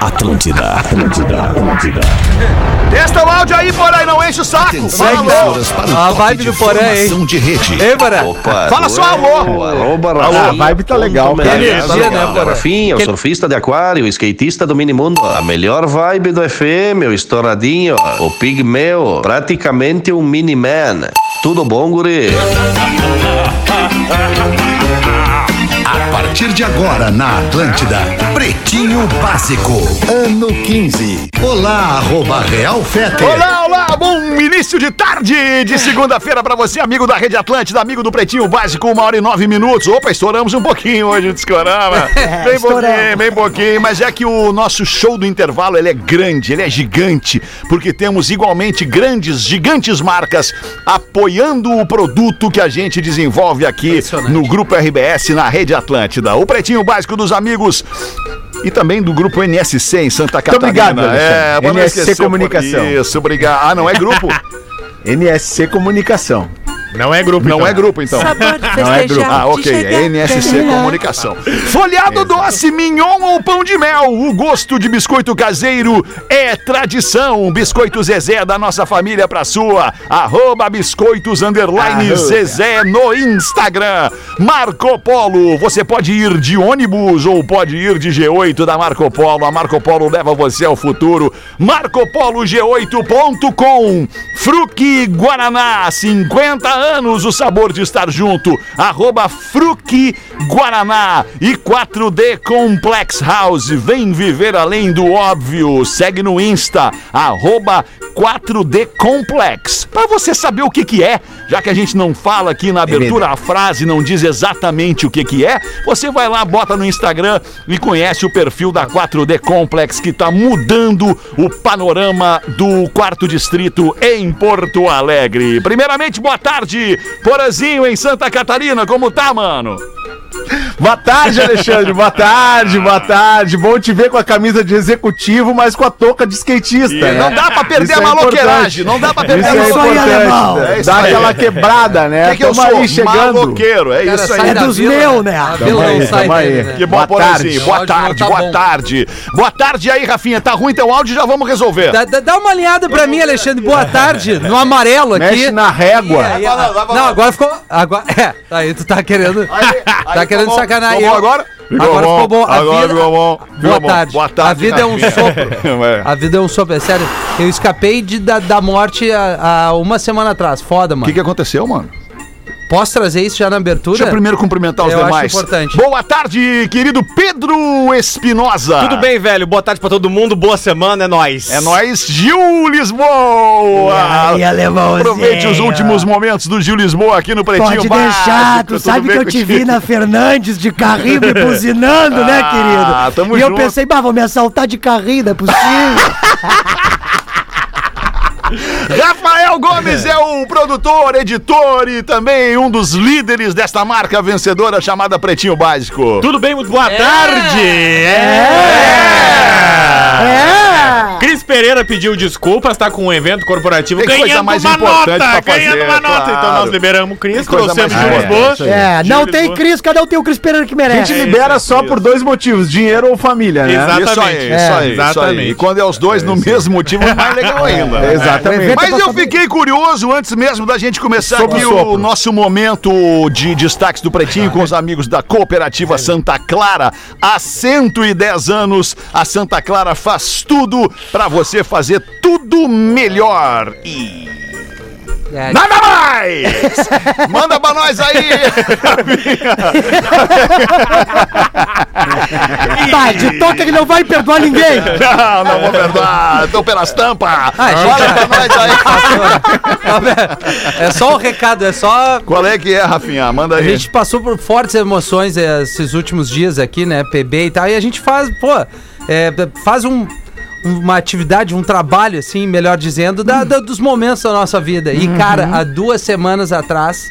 Atlântida, Atlântida, Atlântida. Testa é o áudio aí, Porã, e não enche o saco. Fala, alô. A vibe do Porã, hein? de rede. Ei, Bará. Fala só alô. Alô, Barra. Alô. Ah, a vibe tá legal, Tá cara. energia, ligado, né, cara? cara? Rafinha, o Que- surfista de aquário, o skatista do minimundo. A melhor vibe do FM, o estouradinho, o pigmeu, praticamente um miniman. Tudo bom, guri? A partir de agora na Atlântida, Pretinho Básico, ano 15. Olá, arroba Real Fete. Olá, olá, bom início de tarde de segunda-feira pra você, amigo da Rede Atlântida, amigo do Pretinho Básico, uma hora e nove minutos. Opa, estouramos um pouquinho hoje, descorama. Bem pouquinho, bem pouquinho, mas é que o nosso show do intervalo, ele é grande, ele é gigante, porque temos igualmente grandes, gigantes marcas apoiando o produto que a gente desenvolve aqui no Grupo RBS, na Rede Atlântida. O Pretinho Básico dos amigos e também do Grupo NSC em Santa Catarina. obrigado, é, Alexandre. pra não NSC esquecer por Comunicação. isso, obrigado. Ah, não é grupo? NSC Comunicação. Não é grupo, Não é grupo, então. Sabor festejar. Não é grupo. Ah, de ok. chegar. É NSC Comunicação. Folhado doce, mignon ou pão de mel. O gosto de biscoito caseiro é tradição. Biscoito Zezé da nossa família pra sua. Arroba biscoitos underline Zezé no Instagram. Marco Polo. Você pode ir de ônibus ou pode ir de G8 da Marco Polo. A Marco Polo leva você ao futuro. MarcoPoloG8.com. Fruque Guaraná, 50 anos o sabor de estar junto. Arroba Fruque Guaraná e 4D Complex House. Vem viver além do óbvio. Segue no Insta, arroba 4D Complex. Pra você saber o que que é, já que a gente não fala aqui na abertura a frase, não diz exatamente o que que é, você vai lá, bota no Instagram e conhece o perfil da 4D Complex que tá mudando o panorama do quarto distrito em Porto Alegre. Primeiramente, boa tarde, Porazinho em Santa Catarina, como tá, mano? Boa tarde, Alexandre. Boa tarde, boa tarde. Bom te ver com a camisa de executivo, mas com a touca de skatista. né? Não dá pra perder Isso a é maloqueiragem, importante. não dá pra perder Isso a é isso aí, importante. alemão. né? É isso Dá aí. aquela quebrada, né? O que, que eu Tamo aí sou? chegando. Maloqueiro, é isso aí. sai da dos vila, meu, né? A Tamo vila não aí, sai tamo aí. dele, né? Que bom, Boa Porazinho. tarde. Boa O áudio não tarde, tá boa bom. tarde. Boa tarde aí, Rafinha. Tá ruim teu áudio? Já vamos resolver. Tá Dá, dá- dá uma alinhada pra mim, Alexandre. Boa tarde. No amarelo aqui. Mexe na régua. Ih, aí, ah, Não, agora ficou. Agora, é, aí tu tá querendo. tá querendo sacanar Ficou eu- bom agora? agora ficou bom. A agora vida- ficou bom. Boa Ficou bom. tarde. Boa tarde. A vida é um Rafinha. sopro. É. A vida é um sopro, é sério. Eu escapei de, da, da morte há, há uma semana atrás. Foda, O mano. que, que aconteceu, mano? Posso trazer isso já na abertura? Deixa eu primeiro cumprimentar os Eu acho demais. importante. Boa tarde, querido Pedro Espinosa. Tudo bem, velho? Boa tarde pra todo mundo, boa semana, é nóis. É nóis, Gil Lisboa! E assim, aí, alemãozinho? Aproveite os últimos momentos do Gil Lisboa aqui no Pretinho Pode Básico. deixar, tu Tudo sabe bem que eu te contigo? vi na Fernandes de carrinho me buzinando, né, Ah, querido? tamo e eu junto. pensei, bah, vou me assaltar de carrinho, não é possível. Rafael Gomes é o produtor, editor e também um dos líderes desta marca vencedora chamada Pretinho Básico. Tudo bem, muito boa tarde. é! Cris Pereira pediu desculpas, tá com um evento corporativo Tem coisa ganhando mais uma importante pra nota, fazer, ganhando uma nota. claro. Então nós liberamos o Cris, Tem coisa trouxemos mais de Lisboa. importante. É, não Gil tem Lisboa. Cris, cadê o teu Cris Pereira que A gente É merece? libera isso, só isso. por dois motivos: dinheiro ou família, né? Exato. Isso aí, Exatamente. isso É, aí, isso aí. exatamente. E quando é os dois no mesmo motivo, é mais legal ainda. É, exatamente. É. Mas eu fiquei curioso antes mesmo da gente começar Sobre aqui o sopro. o nosso momento de destaques do Pretinho com os amigos da Cooperativa Santa Clara. Há 110 anos, a Santa Clara faz tudo pra você fazer tudo melhor. E É, nada mais! Manda pra nós aí! Tá, de toca que não vai perdoar ninguém. Não, não vou perdoar. Tô pelas tampas. gente, Manda já- pra nós aí. então, é só um recado, é só Qual é que é, Rafinha? Manda A aí. gente passou por fortes emoções eh, esses últimos dias aqui, né? PB e tal. E a gente faz, pô, eh, faz um- uma atividade, um trabalho, assim, melhor dizendo, da- da- dos momentos da nossa vida. E, Uhum. cara, há duas semanas atrás.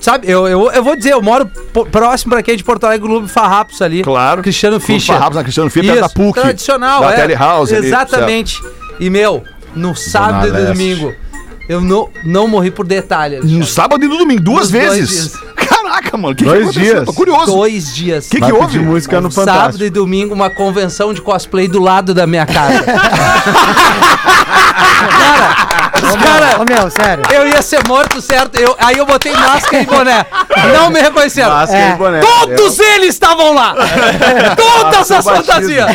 Sabe, eu, eu, eu vou dizer, eu moro po- próximo pra quem de Porto Alegre, Clube Farrapos ali. Claro. Cristiano Clube Fischer. Farrapos, na né? Cristiano Fischer, perto da PUC, Tradicional, da é. Telehouse ali, Exatamente. e, meu, no sábado e no Leste. domingo, eu não, não morri por detalhe. No Alexandre. sábado e no domingo, Nos duas dois vezes. dias. Caralho, Caraca, mano, o que, que Dois aconteceu? dias. Tô curioso. Dois dias. Que que Vai houve? pedir música no Sábado Fantástico. e domingo, uma convenção de cosplay do lado da minha casa. cara, os Ô, caras. meu, sério. Eu ia ser morto, certo? Eu, aí eu botei máscara e boné. Não me reconheceram. Máscara e É. boné. Todos eles estavam lá. Todas as batido. fantasias.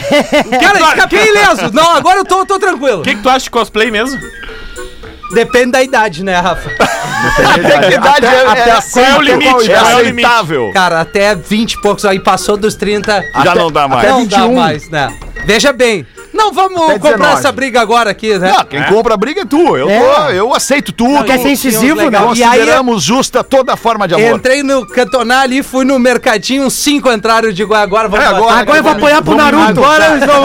Cara, escapei ileso. Não, agora eu tô, tô tranquilo. O que, que tu acha de cosplay mesmo? Depende da idade, né, Rafa? Que idade é, é, Qual é o limite? é Qual é o limite? aceitável? Cara, até 20 e poucos aí passou dos 30. Ah, Já não dá mais. não 21. dá mais, né? Veja bem. Não vamos Até comprar 19. essa briga agora aqui, né? Não, quem compra a briga é tu. Eu, tô- eu aceito tudo. Quer ser e- e incisivo, os né? legais. E aí Consideramos justa toda forma de amor. Entrei no cantonar ali, fui no mercadinho, uns cinco entraram de agora vamos É, bater. agora- Agora eu vou apoiar pro Naruto. Agora eles vão.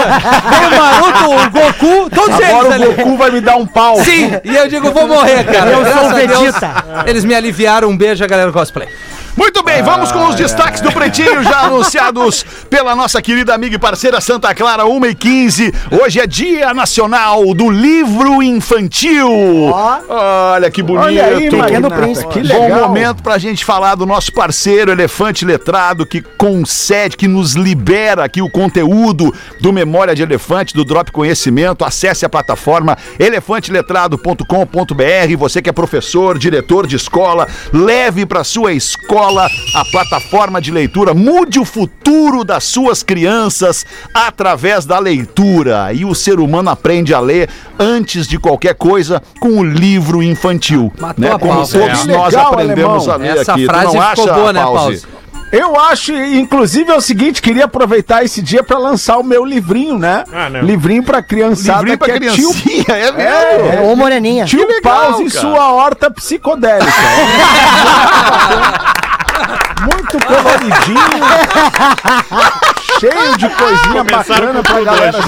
Veio o Naruto, o Goku, todos é Agora eles o ali. Goku vai me dar um pau. Sim, e eu digo, vou morrer, cara. Eu Graças sou o a Deus, Vegeta. Eles me aliviaram. Um beijo, a galera do cosplay. Muito bem, vamos com os destaques do Pretinho, já anunciados pela nossa querida amiga e parceira Santa Clara, 1h15. Hoje é Dia Nacional do Livro Infantil. Olha que bonito. Olha aí, Pequeno Mariana Príncipe. Que Bom legal. momento pra gente falar do nosso parceiro Elefante Letrado, que concede, que nos libera aqui o conteúdo do Memória de Elefante, do Drop Conhecimento. Acesse a plataforma elefanteletrado.com.br. Você que é professor, diretor de escola, leve pra sua escola a plataforma de leitura. Mude o futuro das suas crianças através da leitura. E o ser humano aprende a ler antes de qualquer coisa com o livro infantil. Matou Né? a Como pausa. É. todos nós Legal, aprendemos alemão. a ler Essa aqui. Tu frase não ficou acha, boa, né, Pause? Pause? Eu acho, inclusive, é o seguinte, queria aproveitar esse dia pra lançar o meu livrinho, né? Ah, não. livrinho pra criançada Livrinho pra que é tio, criancinha, é mesmo? É, Ô, Moreninha. tio legal, Pause e cara. sua horta psicodélica. Muito coloridinho. cheio de coisinha bacana pra galera.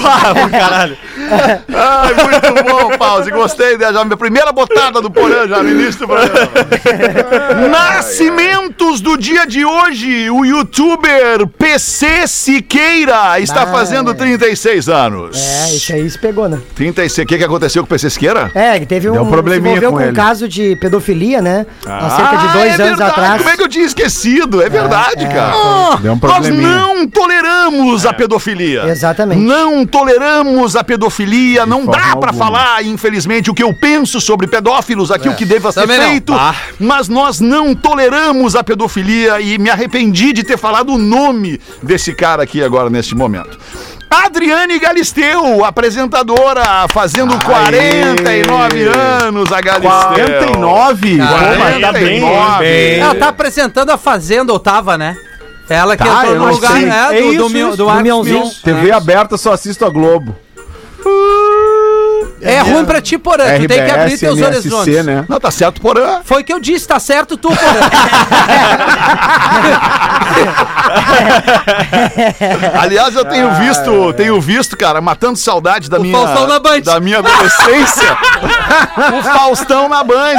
caralho. Ai, muito bom, Pause. Gostei, né? já minha primeira botada do Porã já no início do programa. Nascimentos do dia de hoje. O youtuber PC Siqueira está Vai. fazendo 36 anos. É, isso aí se pegou, né? 36. O que, que aconteceu com o PC Siqueira? É, ele teve um, Deu um probleminha se envolveu com com um ele. caso de pedofilia, né? Há cerca de Ah, é dois anos verdade. atrás. Como é que eu tinha esquecido? É verdade, cara. Deu um Nós probleminha. não toleramos a pedofilia. Exatamente. Não toleramos a pedofilia. não forma dá pra alguma. falar, infelizmente, o que eu penso sobre pedófilos, aqui o que deva ser Também não. feito. Mas nós não toleramos a pedofilia e me arrependi de ter falado o nome desse cara aqui agora, neste momento. Adriane Galisteu, apresentadora, fazendo 49 anos a Galisteu. 49? Caralho. Pô, mas tá bem. Ela tá apresentando a Fazenda, ou tava, né? Ela que Tá, entrou eu no não lugar, sei. né? É do, isso, do, Mil- isso, do É. do Marcos Milãozinho. Mion. TV aberta, só assisto a Globo. É ruim pra ti, Porã. Tu tem que abrir RBS, teus MSC, horizontes. né? Não, tá certo, Porã. Foi o que eu disse, tá certo tu, Porã. Aliás, eu Ah, tenho é. visto, tenho visto, cara, matando saudade da O minha Faustão na Band. da minha adolescência. o um Faustão na Band.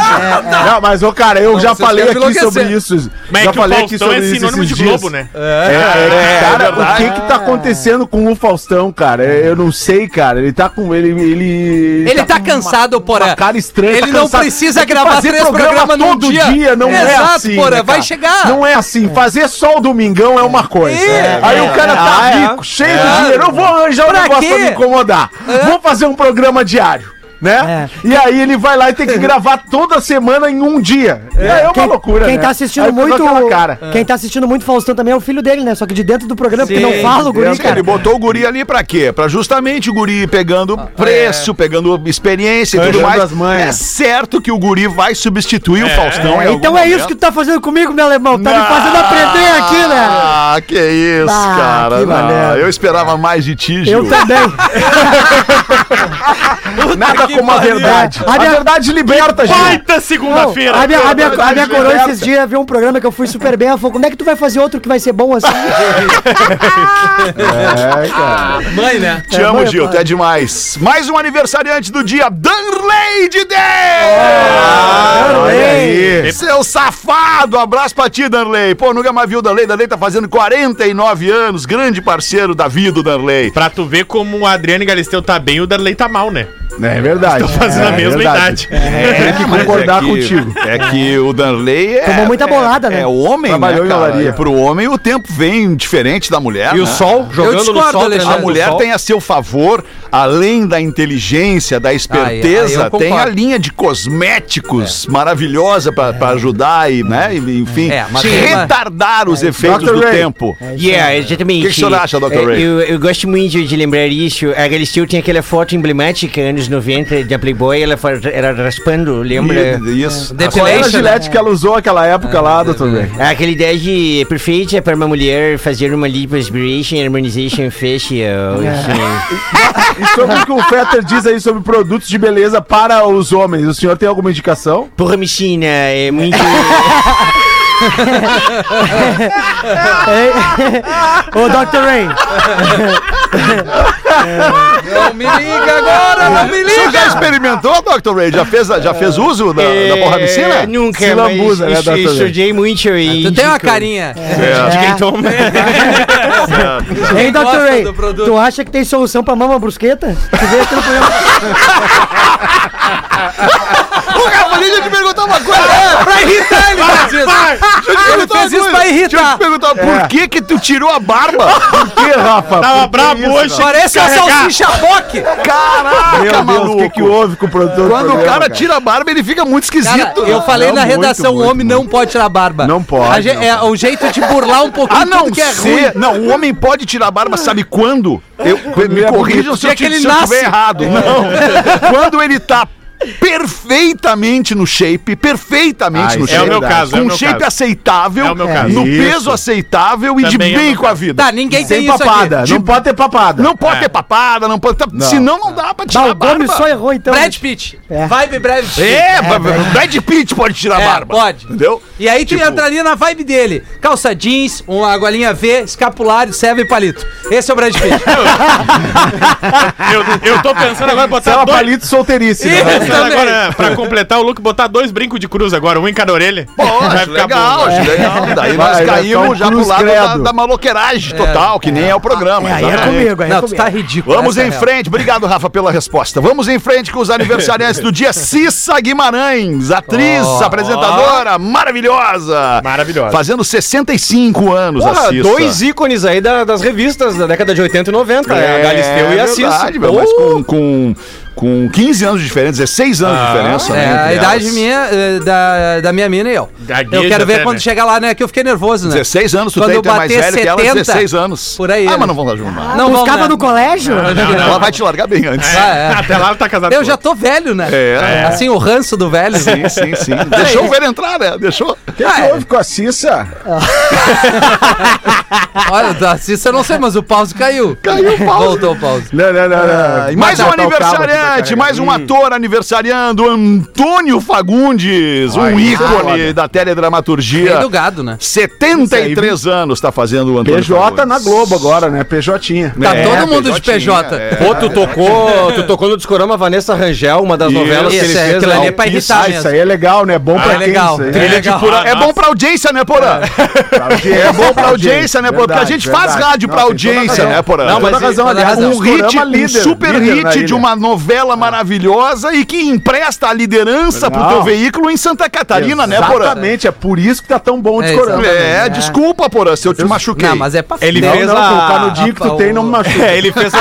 Não, mas, ô, cara, eu já É, vocês falei querem aqui enlouquecer. sobre isso. Mas já é que o falei Faustão é sinônimo de esses Globo, dias. né? É, é, cara, é o verdade. que que tá acontecendo com o Faustão, cara? É, Eu não sei, cara. Ele tá com. Ele. Ele, Ele tá com cansado, Porã. uma cara estranha. Ele tá não cansado. precisa Tem que gravar fazer três programa programas num todo dia. dia. não é Exato, assim. Porã, né, vai cara? chegar. Não é assim. Fazer só o domingão é uma coisa. É, Aí é. o cara tá Ah, é. rico, cheio É. de dinheiro. Eu vou arranjar um Pra negócio pra quê? me incomodar. Vou fazer um programa diário. Né? É. E aí ele vai lá e tem que gravar toda semana em um dia. É, é uma Quem, loucura, quem né? tá assistindo Aí ficou muito. aquela cara. Quem tá assistindo muito Faustão também é o filho dele, né? Só que de dentro do programa, Sim, porque não fala o guri, Deus, cara. Ele botou o guri ali pra quê? Pra justamente o guri pegando Ah, preço, é. pegando experiência e tudo Arranjando mais. as manhas. É certo que o guri vai substituir o Faustão. em Então algum é isso momento. que tu tá fazendo comigo, meu alemão. Tá me fazendo aprender aqui, né? Ah, que isso, Ah, cara. que Não, maneiro. eu esperava mais de ti, Gil. Eu também. Nada como É. a verdade. A É, A minha- verdade liberta, gente. Baita Não, segunda-feira. a minha, a é minha, a minha Verdade, coroa liberta. esses dias viu um programa que eu fui super bem. Ela falou: Como é que tu vai fazer outro que vai ser bom assim? É, cara. Mãe, né? Te amo, mãe, Gil, pai. até demais. Mais um aniversariante do dia, Danley de Deus! olha É, Danley! aí. Seu safado! Abraço pra ti, Danley. Pô, nunca mais viu o Danley. Danley tá fazendo 49 anos, grande parceiro da vida do Danley. Pra tu ver como o Adriano Galisteu tá bem e o Darley tá mal, né? É verdade. Estou fazendo a mesma idade. Tem que É, mas concordar que- contigo. É que o Danley é. Tomou muita bolada, é, né? É homem, Trabalhou né, em cara? olaria. É Pro homem, o tempo vem diferente da mulher. E o né? sol jogando no discordo, sol, Alexandre. A treinando no mulher sol. tem a seu favor, além da inteligência, da Ah, esperteza, eu concordo. tem a linha de cosméticos maravilhosa pra pra ajudar e, né, e, enfim, É, mas tem uma- retardar os efeitos Dr. do Ray. tempo. É Yeah, exatamente. O que que o senhor acha, Dr. É, Ray? Eu, eu gosto muito de lembrar isso. A Gale Steele tinha aquela foto emblemática, anos 90, da Playboy, ela fa- era raspando, lembra? E- Isso. Qual era a Depilation. gilete que ela usou naquela época lá, doutor? Ray? É Aquela ideia de perfeita para uma mulher fazer uma lipoaspiration, harmonization É. facial. assim. E sobre o que o Fetter diz aí sobre produtos de beleza para os homens, o senhor tem alguma indicação? Porra, Michina, é muito. Ô, Dr. Ray, Não me liga agora, não me O senhor liga! já experimentou, Dr. Ray? Já fez, já fez uso da, da É, borrabicina? Nunca, Se lambuza, né, mas doutor? eu estudei muito Ah, e. Tu tem uma indico. carinha. É. De quem toma. hein, Dr. É. gosta Ray, do produto. tu acha que tem solução pra mama brusqueta? Tu vê aquele programa... Ô, Rafa, deixa eu te perguntar uma coisa. Ah, É, pra irritar ele. Faz isso. Ah, Ele perguntar uma fez isso coisa. pra Deixa eu irritar. É. te perguntar, por que que tu tirou a barba? Por que, Rafa? Tá Tava Ah, Por que brabo isso, hoje. cara? Parece a Carregar. salsicha boque. Caraca, Meu Deus, o que, que houve com o produtor? do Quando o programa, cara tira a barba, ele fica muito Cara, esquisito. eu falei é Não, na muito, redação, muito, o homem não pode tirar barba. Não pode, A ge- não é o jeito de burlar um pouquinho A Ah, não tudo que é ruim. ser. Não, o homem pode tirar a barba, sabe quando? Eu, me ele é corrijam se eu É que ele estiver nasce. É. errado. Não. Quando ele tá perfeitamente no shape, perfeitamente Ah, no isso É o shape. meu Verdade. caso, com é um o meu shape caso. aceitável, É o meu caso. no Isso. peso aceitável e Também é de o bem meu com a vida. Tá, ninguém Sem tem isso papada, aqui. não pode ter papada. Não É. pode ter papada, não pode. tá- senão não dá pra tirar Ah, a o barba. Gomes só é assim. errou, então. Brad Pitt. É. Vibe Brad Pitt. É, ba- ba- Brad Pitt pode tirar a É, barba. pode. Entendeu? E aí tu Tipo- entraria na vibe dele. Calça jeans, uma golinha V, escapulário, serve e palito. Esse é o Brad Pitt. Eu, eu tô pensando agora em botar tá Tava dois. é palito solteirice. né? Isso. Pensando também. agora, é, pra completar o look, botar dois brincos de cruz agora, um em cada orelha. Pô, acho legal, bom, né? acho legal. Daí Vai, nós vai caímos ficar um já pro cruz lado da, credo. da maloqueiragem total, que nem é o programa. Aí é exatamente. comigo, aí é Não, tu comigo. tá ridículo. Vamos essa é em real. frente, obrigado Rafa pela resposta. Vamos em frente com os aniversariantes do dia. Cissa Guimarães, atriz, apresentadora, maravilhosa. Maravilhosa. Fazendo 65 anos a Porra, Cissa. dois ícones aí da- das revistas da década de 80 e 90. É, a Galisteu e a Cissa. verdade, meu, mas com, com, com 15 anos de diferença, 16 anos de diferença. É, né, a entre idade elas. minha, eh, da, da minha mina e eu. Gagueja Eu quero ver até, quando né? chegar lá, né? Que eu fiquei nervoso, né? 16 anos, tu Quando tem, eu tu é mais bater velho que ela, 70, 16 anos. por aí, Ah, né? mas não vão dar junto. não. Não, vão, Os cabas né? do colégio? Ela vai te largar bem antes. Ah, é. Até lá ela tá casada. Eu já tô velho, né? É. Assim, o ranço do velho. né? É, Sim, sim, sim. Deixou o velho entrar, né? Deixou. O que, que houve com a Cissa? Olha, da Cissa eu não sei, mas o pause caiu. Caiu o pause. Voltou o pause. Não, não, não. não. E mais um Vai botar o cabo aqui pra aniversariante, carregar. mais um ator aniversariando, Antônio Fagundes, um Aí, ícone foda. da Rei teledramaturgia. do gado, né? 73 anos tá fazendo o Antônio PJ Fagundes. na Globo agora, né? PJ. Tá É, todo mundo de PJ. PJ. É. Pô, tu tocou, tu tocou no discorama Vanessa Rangel, uma das novelas que ele Isso, é, fez. aquilo ali né? é pra Isso, irritar ah, mesmo. isso aí é legal, né? Ah, Bom pra é quem legal. isso aí? Trilha de fura- É bom pra audiência, né, Porã? É bom pra audiência, né, Porã? Porque a gente faz rádio pra audiência, né, Porã? Não, mas Toda razão, razão, aliás, um hit, um super né, hit de uma novela maravilhosa e que empresta a liderança pro Não. teu veículo em Santa Catarina, né, Porã? Exatamente, é por isso que tá tão bom o É, discorama. É, desculpa, Porã, se eu te machuquei. Não, mas é pra Ele não, fez não, a- Não, colocar no dia que Rapaz, tu tem não o- me machuca. É, ele fez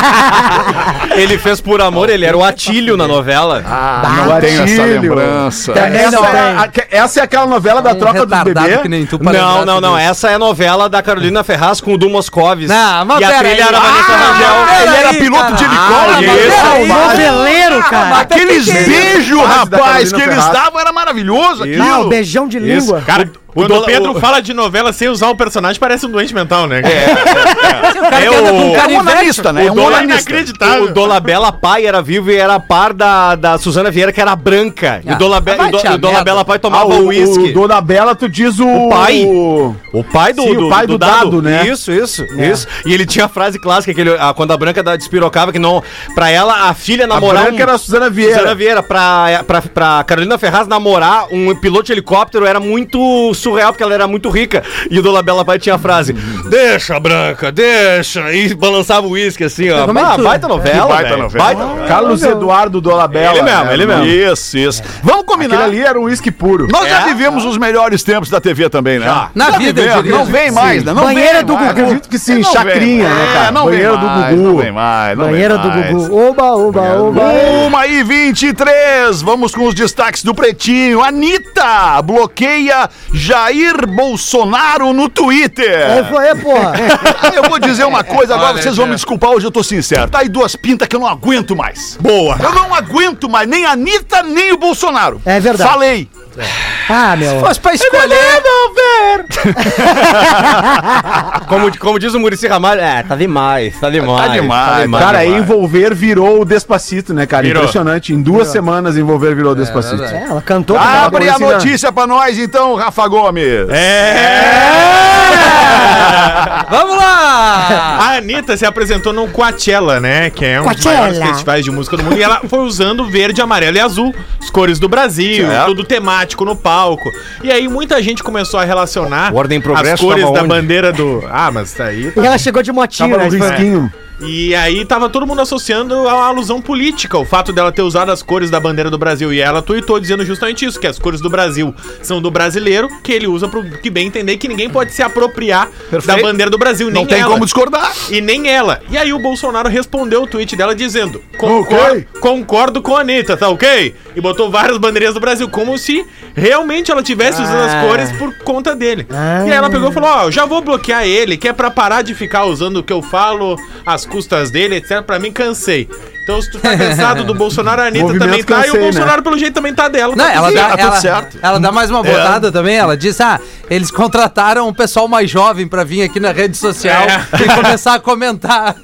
a- ele fez por amor, ele era o Atílio na novela. Ah, não tenho essa Batilho. lembrança. Essa, Também não é a- que- essa é aquela novela da um troca dos retardado bebês. que nem tu pra Não, lembrar não, tudo não. isso. Essa é a novela da Carolina Ferraz com o Du Moscovis. Não, mas e a Ah! pera trilha aí. era Vanessa Rangel. pera Ele era aí, piloto cara. de Ah, helicóptero. mas isso. pera aí, Noveleiro, cara. Aqueles Mas que que é isso? beijos, Quase da rapaz, Carolina que eles Ferraz. davam era maravilhoso aquilo. Não, beijão de língua. Cara, O- o quando o Dola- Pedro o- fala de novela sem usar o personagem, parece um doente mental, né? É, O cara que anda com É um canivete. onanista, né? É um é onanista. inacreditável. O Dolabella Pai era vivo e era a par da, da Suzana Vieira, que era branca. E Ah, o Dolabe- vai o Do- te a o Dolabella merda. Pai Ah, tomava o, uísque. o Dona Bela, tu diz o... O pai? o- O pai do, Sim, do, o pai do dado, né? Isso, isso, isso. E ele tinha a frase clássica que ele, a- quando a branca da despirocava, que não. Pra ela, a filha Tá A namorar. branca era a Suzana Vieira. Suzana Vieira, pra, pra, pra Carolina Ferraz namorar um piloto de um helicóptero era muito surreal, porque ela era muito rica. E o Dona Bela Pai tinha a frase: Deixa, branca, deixa. E balançava o uísque assim, ó. Como é que Ah, tu- baita novela. baita velho. novela. Baita novela. Carlos Eduardo Dolabella. Ele mesmo, ele mesmo. Isso, isso. né? Vamos combinar. Aquele ali era um uísque puro. Nós já vivemos os melhores tempos da TV também, né? Na Já vida, eu vivemos. diria. Não vem mais, né? Não Banheira vem é do mais. Gugu. Acredito que sim, Não chacrinha, vem, né, cara? é, não Banheiro vem do mais, Gugu. Não vem mais, não vem Banheira do mais. Gugu. Oba, oba, oba. Uma e 23, vamos com os destaques do Pretinho. Anitta bloqueia Jair Bolsonaro no Twitter. É, foi, é, porra. Eu vou dizer uma coisa agora, vocês vão me desculpar, hoje eu tô sincero. Tá aí duas pintas que eu não aguento mais. Boa. Eu não aguento mais nem a Anitta, nem o Bolsonaro. É verdade. Falei. Ah, meu. Mas pra escolher. Ah. Como, como diz o Murici Ramalho, é, tá demais, tá demais. Tá demais, Cara, aí envolver virou o Despacito, né, cara? Impressionante. Em duas semanas, envolver virou o Despacito. É, ela cantou. com uma Abre Ah, a Maurício, né? notícia pra nós então, Rafa Gomes. É. É. Vamos lá! A Anitta se apresentou no Coachella, né? Que é um Coachella. dos maiores festivais de música do mundo. E ela foi usando verde, amarelo e azul, as cores do Brasil, tudo temático no palco. E aí muita gente começou a relacionar O Ordem e Progresso as cores tava da onde? bandeira do. Ah, mas tá aí. E ela chegou de motinho, Tava né? no risquinho. E aí tava todo mundo associando a alusão política, o fato dela ter usado as cores da bandeira do Brasil. E ela tuitou dizendo justamente isso, que as cores do Brasil são do brasileiro, que ele usa pro que bem entender que ninguém pode se apropriar da bandeira do Brasil, nem Não tem ela. como discordar. E nem ela. E aí o Bolsonaro respondeu o tweet dela dizendo: Concor Ok. Concordo com a Anitta, tá ok? E botou várias bandeirinhas do Brasil, como se realmente ela tivesse usando Ah. as cores por conta dele. E aí ela pegou e falou: Ó, eu já vou bloquear ele, que é pra parar de ficar usando o que eu falo, as custas dele, etc. Pra mim, cansei. Então, se tu tá cansado do Bolsonaro, a Anitta Movimento também tá, e cansei, né? o Bolsonaro, pelo jeito, também tá dela. Não, ela Sim, dá, tá tudo ela, certo. ela dá mais uma botada também. Ela diz: ah, eles contrataram um pessoal mais jovem pra vir aqui na rede social e começar a comentar.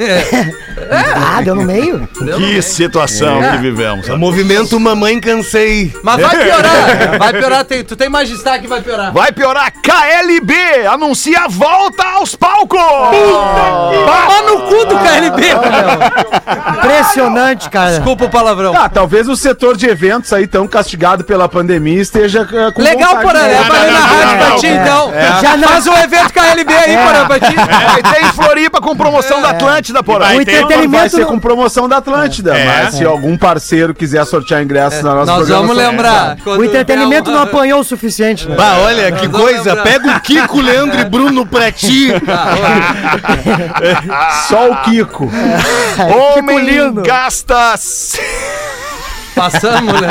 Ah, deu no meio? Que situação que vivemos. O movimento Mamãe Cansei. Mas vai piorar, vai piorar. Tem, tu tem mais destaque, vai piorar. Vai piorar. KLB anuncia a volta aos palcos. Pá no cu do KLB, meu. Impressionante, cara. Desculpa o palavrão. Ah, talvez o setor de eventos aí tão castigado pela pandemia esteja eh, com Legal, vontade Porã. de- É pra ir na Rádio pra ti, então. Já É. faz um evento KLB aí, Porã, pra ti. É, e tem Floripa com promoção da Atlântida, porra. O Vai entretenimento. ser com promoção da Atlântida, É. mas se algum parceiro quiser sortear ingressos na nossa Nós vamos programação- lembrar. O entretenimento não apanhou o suficiente, né? Bah, olha que Não coisa. lembra. Pega o Kiko, Leandro e Bruno pra ti. Só o Kiko. Homem gasta. Passamos, né?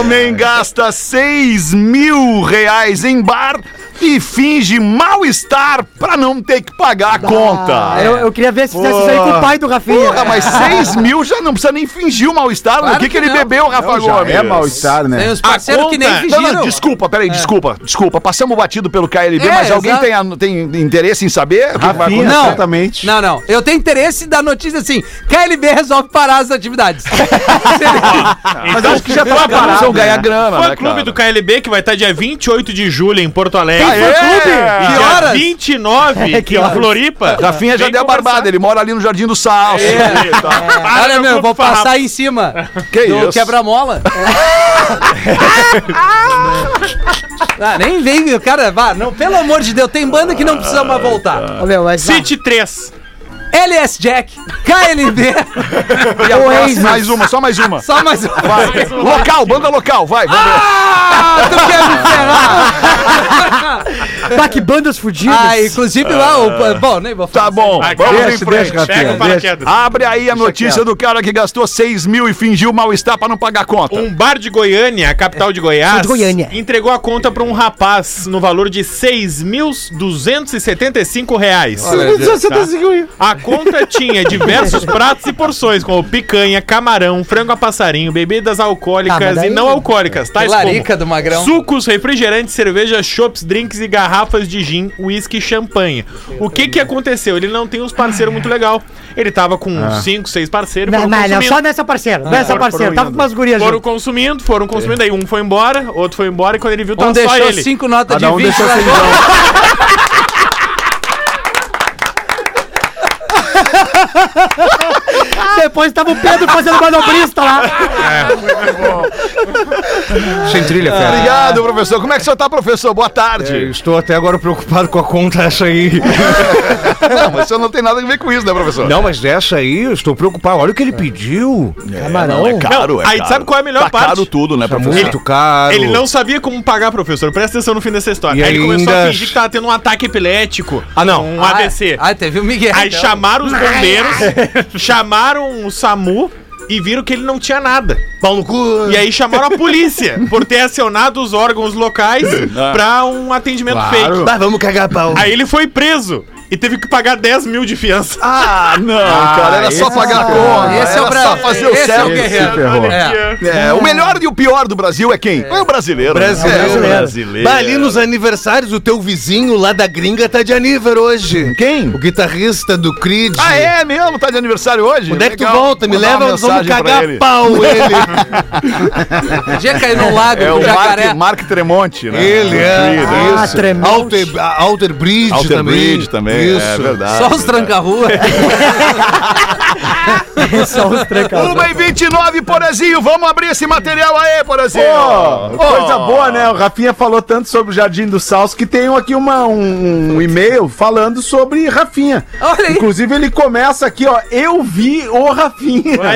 Homem gasta 6 mil reais em bar e finge mal-estar pra não ter que pagar a conta. Ah, eu, eu queria ver se fizesse isso aí com o pai do Rafinha. Porra, mas 6 mil já não precisa nem fingir o mal-estar. né? Claro o que, que que ele não. bebeu, Rafa Já Gomes? é mal-estar, né? Tem os parceiros Tá que nem conta- Não, não, fingiram. desculpa, peraí, desculpa, desculpa. Passamos batido pelo KLB, É, mas alguém exato. tem, a- tem interesse em saber? o que vai Rafinha, Não. certamente. Não, não. Eu tenho interesse da notícia assim: KLB resolve parar as atividades. Mas acho que já tá parado. Precisam ganhar grana, Fã né, Clube cara? do KLB que vai estar dia 28 de julho em Porto Alegre. Tem fã-clube? E Que dia horas? 29 que em horas? Floripa. Rafinha já Vem deu a conversar. barbada, ele mora ali no Jardim do Sal. Para, É. Olha, meu, clube vou farrapo. passar em cima Que do isso? quebra-mola. ah, nem vem, cara. Vá, não, pelo amor de Deus, tem banda que não precisa mais voltar. Ô, meu, mas, City 3. LS Jack, KLB, E a próxima, mais uma, só mais uma. só mais um. Vai. Local, banda local, vai, vamos ver. Ah, tu quer me ferrar? ah, bah, que bandas fudidas. Ah, inclusive lá, o, bom, nem vou falar. Tá bom, vamos em Deixa, frente. deixa, Rafinha. Pega o Deixa. paraquedas. Abre aí a notícia do cara que gastou 6 mil e fingiu mal-estar pra não pagar a conta. Um bar de Goiânia, a capital de Goiás, De Goiânia. entregou a conta para um rapaz no valor de R$ 6.275. reais. A conta tinha diversos pratos e porções, como picanha, camarão, frango a passarinho, bebidas Ah, mas alcoólicas daí- e não alcoólicas, tais Larica do como Magrão. sucos, refrigerantes, cervejas, chopps, drinks e garrafas de gin, uísque e champanhe. O que que aconteceu? Ele não tem uns parceiros muito legal. Ele tava com 5, 6 parceiros. Não, foram não, Ah. não, consumindo. só nessa parceira. Nessa parceira. Tava com umas gurias Foram junto. consumindo, É. foram consumindo, aí um foi embora, outro foi embora, e quando ele viu, tava Um só deixou ele. cinco notas de né? Cada um 20 deixou lá seis fora. Você depois tava o Pedro fazendo manobrista lá. Sem trilha, cara. Obrigado, professor. Como é que o senhor tá, professor? Boa tarde. Estou até agora preocupado com a conta essa aí. Não, mas o senhor não tem nada a ver com isso, né, professor? Não, mas essa aí eu estou preocupado. Olha o que ele pediu. Camarão. Não, é caro, é aí caro. sabe qual é a melhor tá parte? caro tudo, Ah, né, professor? Muito caro. Ele não sabia como pagar, professor. Presta atenção no fim dessa história. E aí ele começou ainda- a fingir que tava tendo um ataque epilético. Ah, não. Um ABC. Ah, teve o Miguel. Aí então. chamaram os bombeiros, chamaram o SAMU e viram que ele não tinha nada. Pau no cu. E aí chamaram a polícia por ter acionado os órgãos locais pra um atendimento fake. Bah, Ah. vamos cagar pau. Aí ele foi preso e teve que pagar 10 mil de fiança. Ah, não, cara, era só pagar a conta. Esse é o era só Brasil. fazer o Esse é o certo. guerreiro. ferrou. É. É, o melhor e o pior do Brasil é quem? É, o brasileiro. né? Brasileiro. É, o brasileiro. Bah, ali nos aniversários, o teu vizinho lá da gringa tá de aniver hoje. Quem? O guitarrista do Creed. Ah, é mesmo? Tá de aniversário hoje? Onde é que tu Legal. volta? Me Mandar uma leva, nós vamos mensagem pra cagar ele. pau ele. Podia cair no lago É do o jacaré. Mark, Mark Tremonte, né? Ele é. Ah, isso. tremendo. Alter, Alter Bridge Alter também. Ah, Bridge também, Isso. é verdade. Só os tranca-rua. Só os trancados. 1 e 29, Porazinho, vamos abrir esse material aí, Porazinho. Pô, coisa boa, né? O Rafinha falou tanto sobre o Jardim do Salso que tem aqui uma, um, um e-mail falando sobre Rafinha. Olha aí. Inclusive, ele começa aqui, ó. Eu vi o Rafinha. Olha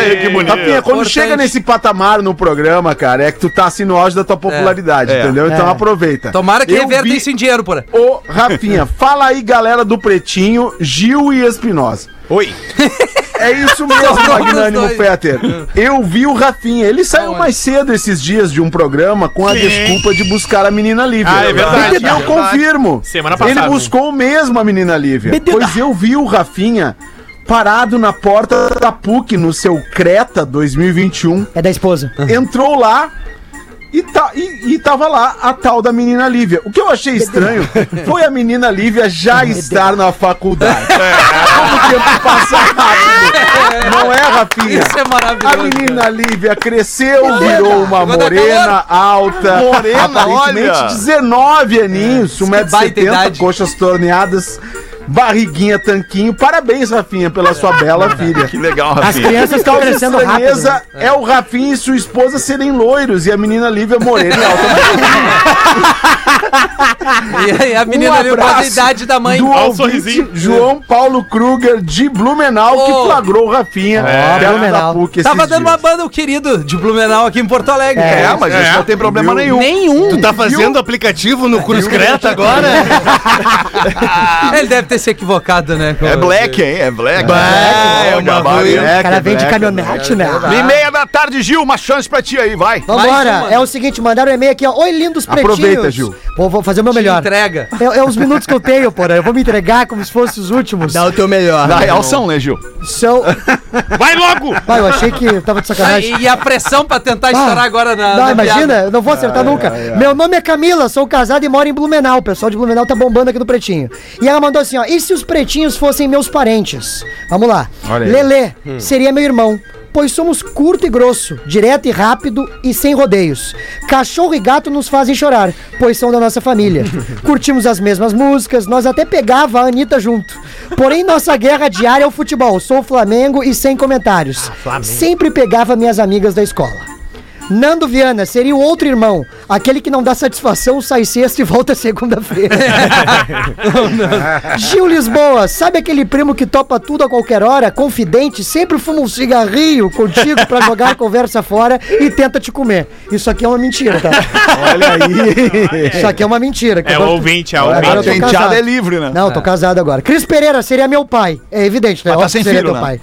aí que bonito. Rafinha, quando Importante. chega nesse patamar no programa, cara, é que tu tá assim no auge da tua popularidade, É. entendeu? Então aproveita. É. Tomara que Eu reverta vi- isso em dinheiro, porra. Ô, Rafinha, fala aí, galera do Pretinho, Gil e Espinosa. Oi. É isso Os mesmo, nomes Magnânimo dois. Peter. Eu vi o Rafinha. Ele saiu mais cedo esses dias de um programa com a desculpa de buscar a menina Lívia. Ah, é verdade. Porque eu É confirmo. Semana passada. né? Ele buscou mesmo a menina Lívia. Pois eu vi o Rafinha parado na porta da PUC no seu Creta 2021. É da esposa. Entrou lá. E, ta, e, e tava lá a tal da menina Lívia. O que eu achei estranho foi a menina Lívia já estar na faculdade. É. Como o tempo passa rápido. Não é, Rafinha? Isso é A maravilhoso. menina Lívia cresceu, virou uma Agora tá morena alta. Morena, aparentemente olha. 19 aninhos, É, que baita 1,70m, idade. coxas torneadas, barriguinha, tanquinho. Parabéns, Rafinha, pela sua bela filha. Que legal, As Rafinha. crianças estão crescendo rápido. né? estranheza né? é o Rafinha e sua esposa serem loiros e a menina Lívia morena e alta. E aí, a menina Um ali, quase a abraço idade da mãe. do Olha o ouvinte sorrisinho. João Paulo Kruger de Blumenau Oh. que flagrou o Rafinha É. perto Blumenau. da PUC esses Tava dando dias. uma banda, o querido, de Blumenau aqui em Porto Alegre. É, mas isso não tem problema nenhum. Nenhum. Tu tá fazendo É aplicativo no Cruz Creta agora? Ele deve ter se equivocado, né? com- É black, hein? É black. Bah, é uma gabarito. ruim. O cara vem de breca, caminhonete, né? Uma E meia da tarde, Gil, uma chance pra ti aí, vai. Mais uma. Vambora. É o seguinte, mandaram um e-mail aqui, ó. Oi, lindos pretinhos. Aproveita, Gil. Vou, vou fazer o meu Te melhor. Entrega. É, é os minutos que eu tenho, porra. Eu vou me entregar como se fossem os últimos. o teu melhor. Na real são, né, Gil? São... Vai logo! Pai, eu achei que eu tava de Ah, sacanagem. e, e a pressão pra tentar estourar agora na. Ah, Não, na imagina, piada. eu não vou acertar nunca. Meu nome Ah, é Camila, sou casada e moro em Blumenau. O pessoal de Blumenau tá bombando aqui do Pretinho. E ela mandou assim, ó. E se os pretinhos fossem meus parentes? Vamos lá. Lelê Hum. seria meu irmão. Pois somos curto e grosso, direto e rápido e sem rodeios. Cachorro e gato nos fazem chorar, pois são da nossa família. Curtimos as mesmas músicas, nós até pegava a Anitta junto. Porém, nossa guerra diária é o futebol. Sou Flamengo e sem Ah, comentários. Sempre pegava minhas amigas da escola. Nando Viana seria o outro irmão, aquele que não dá satisfação, sai sexta e volta segunda-feira. Oh, Gil Lisboa, sabe aquele primo que topa tudo a qualquer hora, confidente, sempre fuma um cigarrinho contigo pra jogar a conversa fora e tenta te comer. Isso aqui é uma mentira, tá? Olha aí. Isso aqui é uma mentira. que É o eu tô- ouvinte, é o Agora eu tô ouvinte. Penteado casado. é livre, né? Não, tô casado agora. Cris Pereira seria meu pai. É evidente, né? Mas tá Óbvio sem que seria filho, teu né? pai.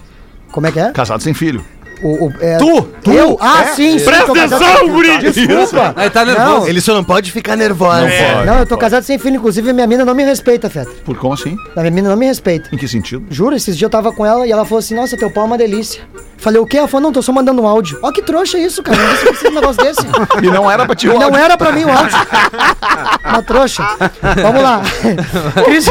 Como é que é? Casado sem filho. O, o- é- Tu, tu, É? Eu? Ah, sim, sim. Presta tô casado com atenção, filho. guri! Desculpa. Aí tá nervoso. então, Ele só não pode ficar nervoso. Não, eu tô casado sem filho, inclusive minha mina não me respeita, Feta. Por como assim? A minha mina não me respeita. Em que sentido? Juro, esses dias eu tava com ela e ela falou assim: Nossa, teu pau é uma delícia. Falei, o quê? Ela falou: Não, tô só mandando um áudio. Ó, que trouxa isso, cara. Não precisa de um negócio desse. E não era pra ti E o não áudio. era pra mim o áudio. Uma trouxa. Vamos lá. Cris-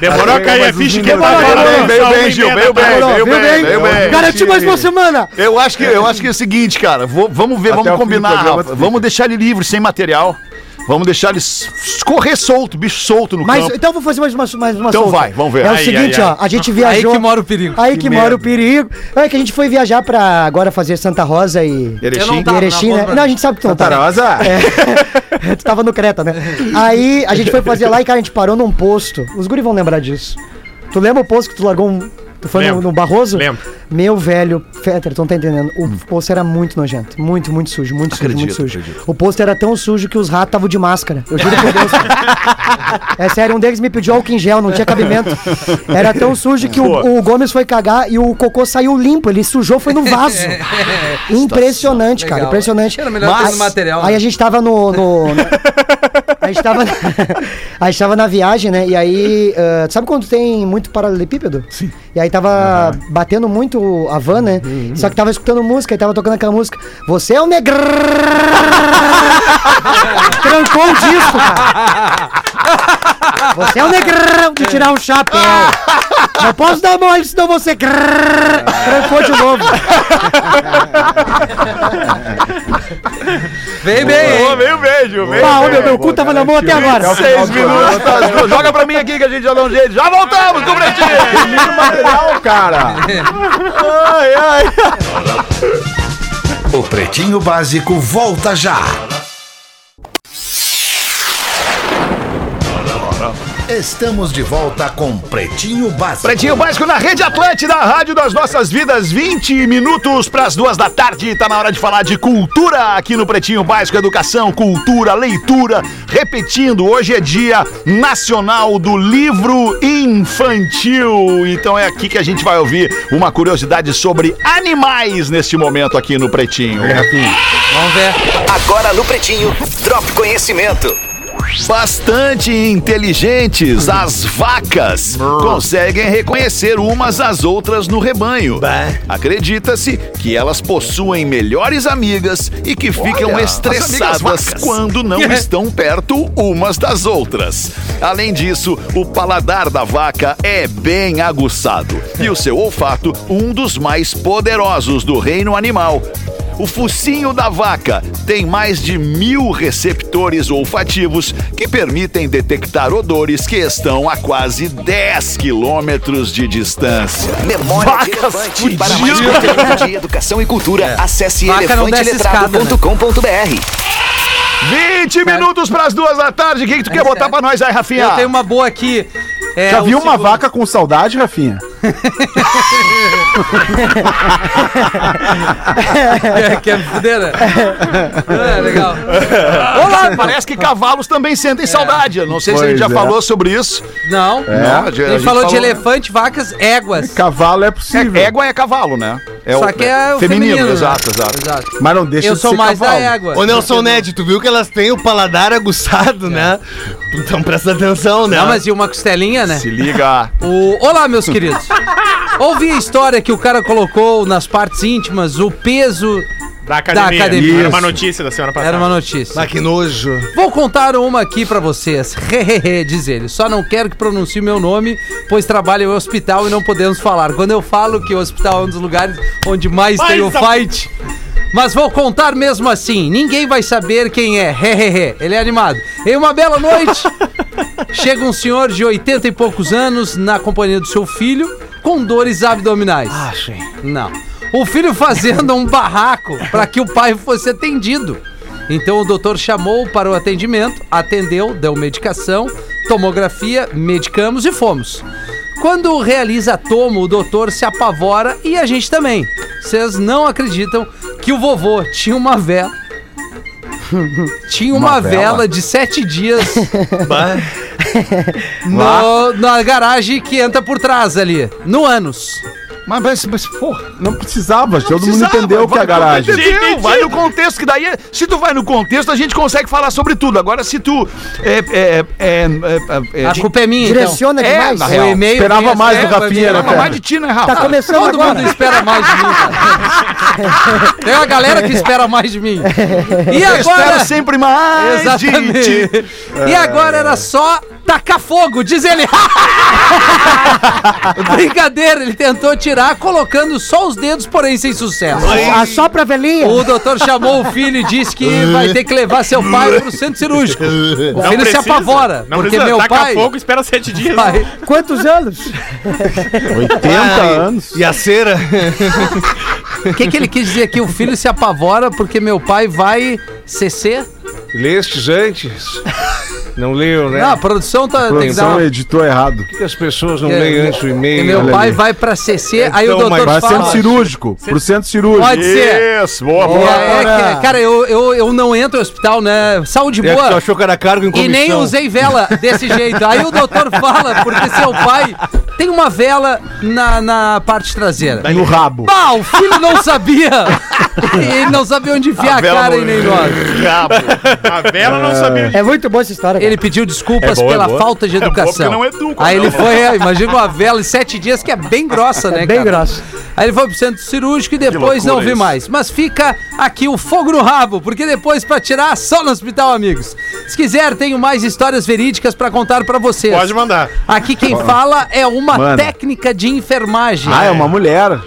Demorou a cair a um ficha que demorou, demorou. Veio bem, Gil, veio bem, Demorou, veio viu bem, bem? veio bem. Garanti é tipo mais uma semana. Eu acho que, eu acho que é o seguinte, cara. vou- vamos ver, Até o vamos fim do combinar, programa Rafa. tu fica. Vamos deixar ele livre, sem material. Vamos deixar ele s- correr solto, bicho solto no Mas campo. então eu vou fazer mais uma, mais uma Então solta. vai, vamos ver. É o Ai, seguinte, ai, ó, a gente viajou. Aí que mora o perigo. Aí que, mora o perigo. É que a gente foi viajar pra agora fazer Santa Rosa e. é Eu não Erechim. tava na Erechim, né? compra. Não, a gente sabe que tu não tá. né? Tarosa? tu tava no Creta, né? Aí a gente foi fazer lá e, cara, a gente parou num posto. Os guri vão lembrar disso. Tu lembra o posto que tu largou um. Tu foi no, Lembro. no Barroso? Lembro. Hum. Meu velho, Fetter, tu não tá entendendo. O posto era muito nojento. Muito, muito sujo, muito sujo, muito sujo. O posto era tão sujo que os ratos estavam de máscara. Eu juro por Deus. É sério, um deles me pediu álcool em gel, não tinha cabimento. Era tão sujo que o, o Gomes foi cagar e o cocô saiu limpo. Ele sujou, foi no vaso. Impressionante, cara. Legal. Impressionante. Era melhor ter Mas- no material, Aí né? a gente tava no. no- no- a, gente tava, a gente tava na viagem, né? E aí. ah, tu sabe quando tem muito paralelepípedo? Sim. E aí tava batendo muito a van, né? Só que tava escutando música e tava tocando aquela música. Você é o negrão! Trancou o disco, cara. Você é o negrão de tirar o chapéu. Não posso dar mole, senão você. Trancou de novo. Vem é, bem, hein? Meio beijo, meio Pau, meu, meu cu tava na mão até agora. Seis minutos, tá, Ju, joga pra mim aqui que a gente já dá um jeito. Já voltamos com o Pretinho! Primeiro material, cara. Ai, ai. O Pretinho Básico volta já. Estamos de volta com Pretinho Básico. Pretinho Básico na Rede Atlântida, a Rádio das Nossas Vidas, 20 minutos pras duas da tarde. Tá na hora de falar de cultura aqui no Pretinho Básico, educação, cultura, leitura. Repetindo, hoje é dia nacional do livro infantil. Então é aqui que a gente vai ouvir uma curiosidade sobre animais neste momento aqui no Pretinho. Vamos ver. Agora no Pretinho, Drop Conhecimento. Bastante inteligentes, as vacas conseguem reconhecer umas às outras no rebanho. Acredita-se que elas possuem melhores amigas e que ficam estressadas quando não estão perto umas das outras. Além disso, o paladar da vaca é bem aguçado e o seu olfato um dos mais poderosos do reino animal. O focinho da vaca tem mais de mil receptores olfativos que permitem detectar odores que estão a quase 10 quilômetros de distância. Memória Vacas de elefante. Para mais conteúdo de educação e cultura, É. acesse Vaca não desce escada, né? elefanteletrado.com.br. 20 minutos para as duas da tarde. O que, que É tu quer botar para nós aí, Rafinha? Eu tenho uma boa aqui. É, Já o viu uma segundo- vaca com saudade, Rafinha? que, que é fudeira. É, legal. Olá, parece que cavalos também sentem saudade. Eu Não sei se a gente já É. Pois é. falou sobre isso. Não. Não, A gente, falou, de elefante, vacas, éguas. Cavalo é possível. É, égua é cavalo, né? É Só que é o feminino. feminino, né? Exato, exato. Exato. Mas não deixa Eu de sou ser mais cavalo. da égua. Ô Nelson Ned, tu viu que elas têm o paladar aguçado, né? Então presta atenção, né? É. Não, mas e uma costelinha, né? Se liga. O... Olá, meus queridos. Ouvi a história que o cara colocou nas partes íntimas o peso. Da academia. academia. Era uma notícia da semana passada. Era uma notícia. Ah, que nojo. Vou contar uma aqui pra vocês. Hehehe, diz ele. Só não quero que pronuncie meu nome, pois trabalho em hospital e não podemos falar. Quando eu falo que o hospital é um dos lugares onde mais tem o fight. Mas vou contar mesmo assim. Ninguém vai saber quem é. Hehehe. Ele é animado. Em uma bela noite, chega um senhor de 80 e poucos anos na companhia do seu filho com dores abdominais. Não. O filho fazendo um barraco para que o pai fosse atendido. Então o doutor chamou para o atendimento, atendeu, deu medicação, tomografia, medicamos e fomos. Quando realiza a toma, o doutor se apavora e a gente também. Vocês não acreditam que o vovô tinha uma vela. Tinha uma, vela. de sete dias no- na garagem que entra por trás ali, no ânus. Mas, mas, mas porra. Não precisava, todo precisava, mundo entendeu o que é a vai- garagem. Entendeu, vai no contexto, que daí, é- se tu vai no contexto, a gente consegue falar sobre tudo. Agora, se tu. É, é, é, é, é, A culpa é minha, então. Direciona É, demais. na O real. e-mail é, Esperava vem- mais do vai Rafinha, virar né, Não, uma mas cara? mais de ti, né, Rafa? Tá começando Todo agora. mundo espera mais de mim. cara. Tem uma galera que espera mais de mim. E Eu espero agora? sempre mais de ti. Exatamente. E agora era só Tacar fogo, diz ele. Brincadeira, ele tentou tirar colocando só os dedos, porém sem sucesso. Ah, só pra velhinha? O doutor chamou o filho e disse que vai ter que levar seu pai pro centro cirúrgico. O filho precisa, se apavora, não porque precisa, meu taca pai... fogo, espera sete dias. Pai, Quantos anos? 80 anos. E a cera? O que, que ele quis dizer aqui? O filho se apavora porque meu pai vai CC? Lestes antes? Não leu, né? Não, a produção tá. A tem que dar É. produção é um uma- editou errado. Por que as pessoas não É, leem antes o E e-mail? meu Olha pai ali. vai pra CC, aí o Então, doutor Vai mas centro fala. cirúrgico. Pro centro cirúrgico. Pode ser. Isso, boa, E boa. aí, é que- cara, eu, eu, eu não entro no hospital, né? Saúde É que tu boa. achou que era cargo em E comissão. nem usei vela desse jeito. Aí o doutor fala, porque seu pai tem uma vela na, na parte traseira. Tá No rabo. Bah, o filho não sabia! Ele não sabia onde enfiar a, vela cara no- e nem nós. A vela não sabia. É muito boa essa história. cara. Ele pediu desculpas É boa, pela é boa. falta de É boa porque educação. não educa, Aí né, ele mano? foi, é, imagina uma vela em sete dias que é bem grossa, né, bem cara? grossa. Aí ele foi pro centro cirúrgico e depois loucura não vi isso. mais. Mas fica aqui o fogo no rabo, porque depois pra tirar só no hospital, amigos. Se quiser, tenho mais histórias verídicas pra contar pra É. vocês. Pode mandar. Aqui quem fala é uma Mano. técnica de enfermagem. Ah, é uma mulher.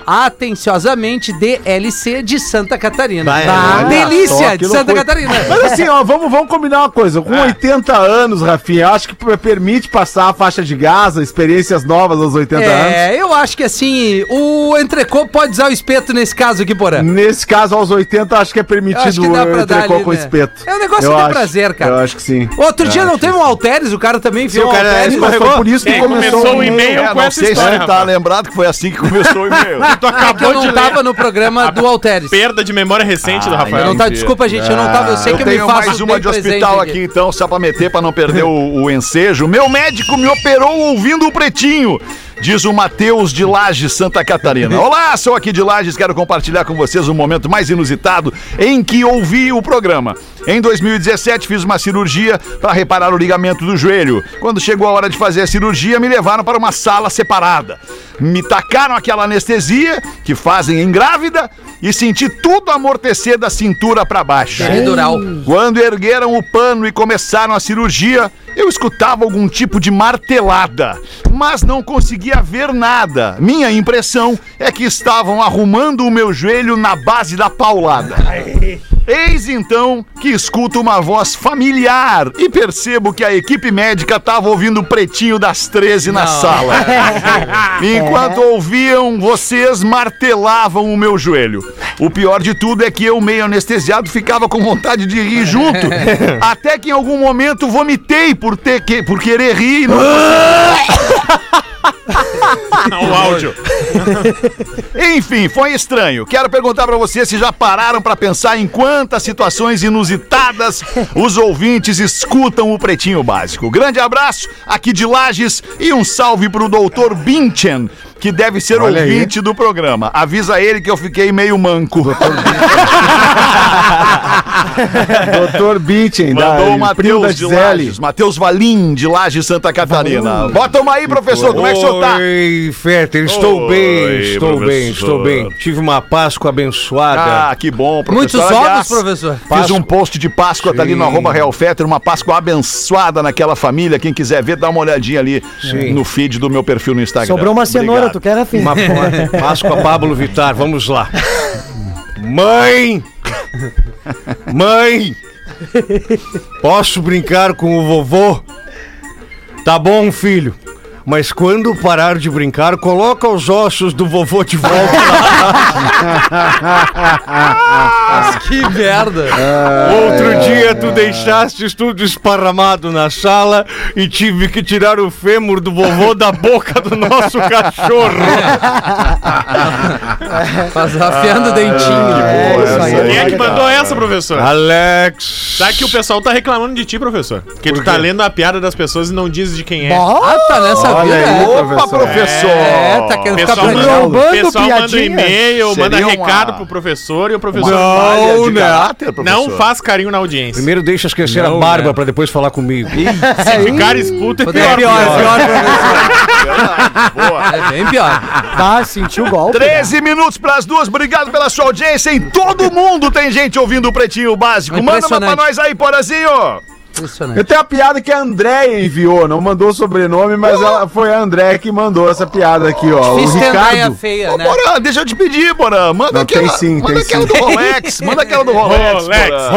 Atenciosamente DLC de Santa Catarina. Vai, Bah, olha só, delícia que de Santa loucura. Catarina. Mas assim, ó, vamos, vamos combinar uma coisa. Ah. Com 80 anos, Rafinha, eu acho que p- permite passar a faixa de Gaza, experiências novas aos 80 É, eu acho que assim, o entrecô pode usar o espeto nesse caso aqui, Porã. anos. Nesse caso, aos 80, acho que é Eu acho permitido que dá pra o dar entrecô ali, com né? espeto. É um negócio Eu que dá acho- prazer, cara. Eu acho que sim. Outro dia Eu não acho teve um halteres, o cara também Então, enfiou um o cara é halteres. que sim. Mas foi por isso que Quem começou, um começou o e-mail. Um e-mail É, com não essa sei se história. você tá rapaz. lembrado que foi assim que começou o e-mail. Tu que eu acabou de não ler. tava no programa do halteres. Eu Perda de memória recente Ah, do Rafael. não tava, desculpa, gente, eu não tava, eu sei que Eu eu me tenho faço mais uma bem de presente hospital aqui, então, só pra meter, pra não perder o, o ensejo. Meu médico me operou ouvindo o pretinho, diz o Matheus de Lages, Santa Catarina. Olá, sou aqui de Lages, quero compartilhar com vocês um momento mais inusitado em que ouvi o programa. Em 2017, fiz uma cirurgia para reparar o ligamento do joelho. Quando chegou a hora de fazer a cirurgia, me levaram para uma sala separada. Me tacaram aquela anestesia que fazem em grávida e senti tudo amortecer da cintura para baixo. Hum. Peridural. Quando ergueram o pano e começaram a cirurgia, eu escutava algum tipo de martelada, mas não conseguia ver nada. Minha impressão é que estavam arrumando o meu joelho na base da paulada. Eis então que escuto uma voz familiar e percebo que a equipe médica estava ouvindo o pretinho das 13 na sala. Enquanto ouviam, vocês martelavam o meu joelho. O pior de tudo é que eu, meio anestesiado, ficava com vontade de rir junto. Até que em algum momento vomitei por, ter que, por querer rir e não Não, o áudio. Enfim, foi estranho. Quero perguntar pra vocês se já pararam pra pensar em quantas situações inusitadas os ouvintes escutam o Pretinho Básico. Grande abraço aqui de Lages e um salve pro doutor Binchen, que deve ser Olha aí. ouvinte do programa. Avisa ele que eu fiquei meio manco. Doutor Bittin, Mandou da, o primo da Matheus de Gisele. Lages. Matheus Valim, de Lages, Santa Catarina. Bota uma aí, professor, como é que o senhor tá? Oi, Fetter, estou Oi, bem, estou bem, professor. estou bem. Tive uma Páscoa abençoada. Ah, que bom, professor. Muitos ovos, Aliás, professor. Fiz um post de Páscoa, tá ali no Sim. arroba Real Fetter, uma Páscoa abençoada naquela família. Quem quiser ver, dá uma olhadinha ali Sim. no feed do meu perfil no Instagram. Sobrou uma cenoura, tu quer, Rafinha? Uma uma Páscoa Pablo Vittar, vamos lá. Mãe! Mãe! Posso brincar com o vovô? Tá bom, filho. Mas quando parar de brincar, coloca os ossos do vovô de volta. Ah, Que merda. Outro dia tu deixaste tudo esparramado na sala e tive que tirar o fêmur do vovô da boca do nosso cachorro. Faz afiando o Ah, dentinho. É isso aí. Quem é que mandou essa, professor? Alex! Tá que o pessoal tá reclamando de ti, professor. Porque tu tá lendo a piada das pessoas e não diz de quem é. Ah, tá nessa vida. Olha aí, é. Opa, professor! É, tá querendo ficar pessoal pra manda, roubando pessoal manda piadinha. e-mail, manda Seria uma- recado pro professor e o professor Falha Não, de né? caráter, não professor. faz carinho na audiência. Primeiro deixa esquecer a barba pra depois falar comigo. Se ficar expulso é pior. É bem pior. Tá, sentiu o golpe. 13 minutos pras duas, obrigado pela sua audiência. Em todo mundo tem gente ouvindo o Pretinho Básico. Manda uma pra Impressionante. nós aí, Porazinho! Impressionante. Eu tenho a piada que a Andréia enviou, não mandou o sobrenome, mas ela, foi a Andréia que mandou essa piada aqui, ó. O Difícil ter Andréia Ricardo. feia, Ô, né? Porã, deixa eu te pedir, Porã. Manda Não, aquela, tem sim, manda tem aquela sim. do Rolex. Manda aquela do Rolex, Porã.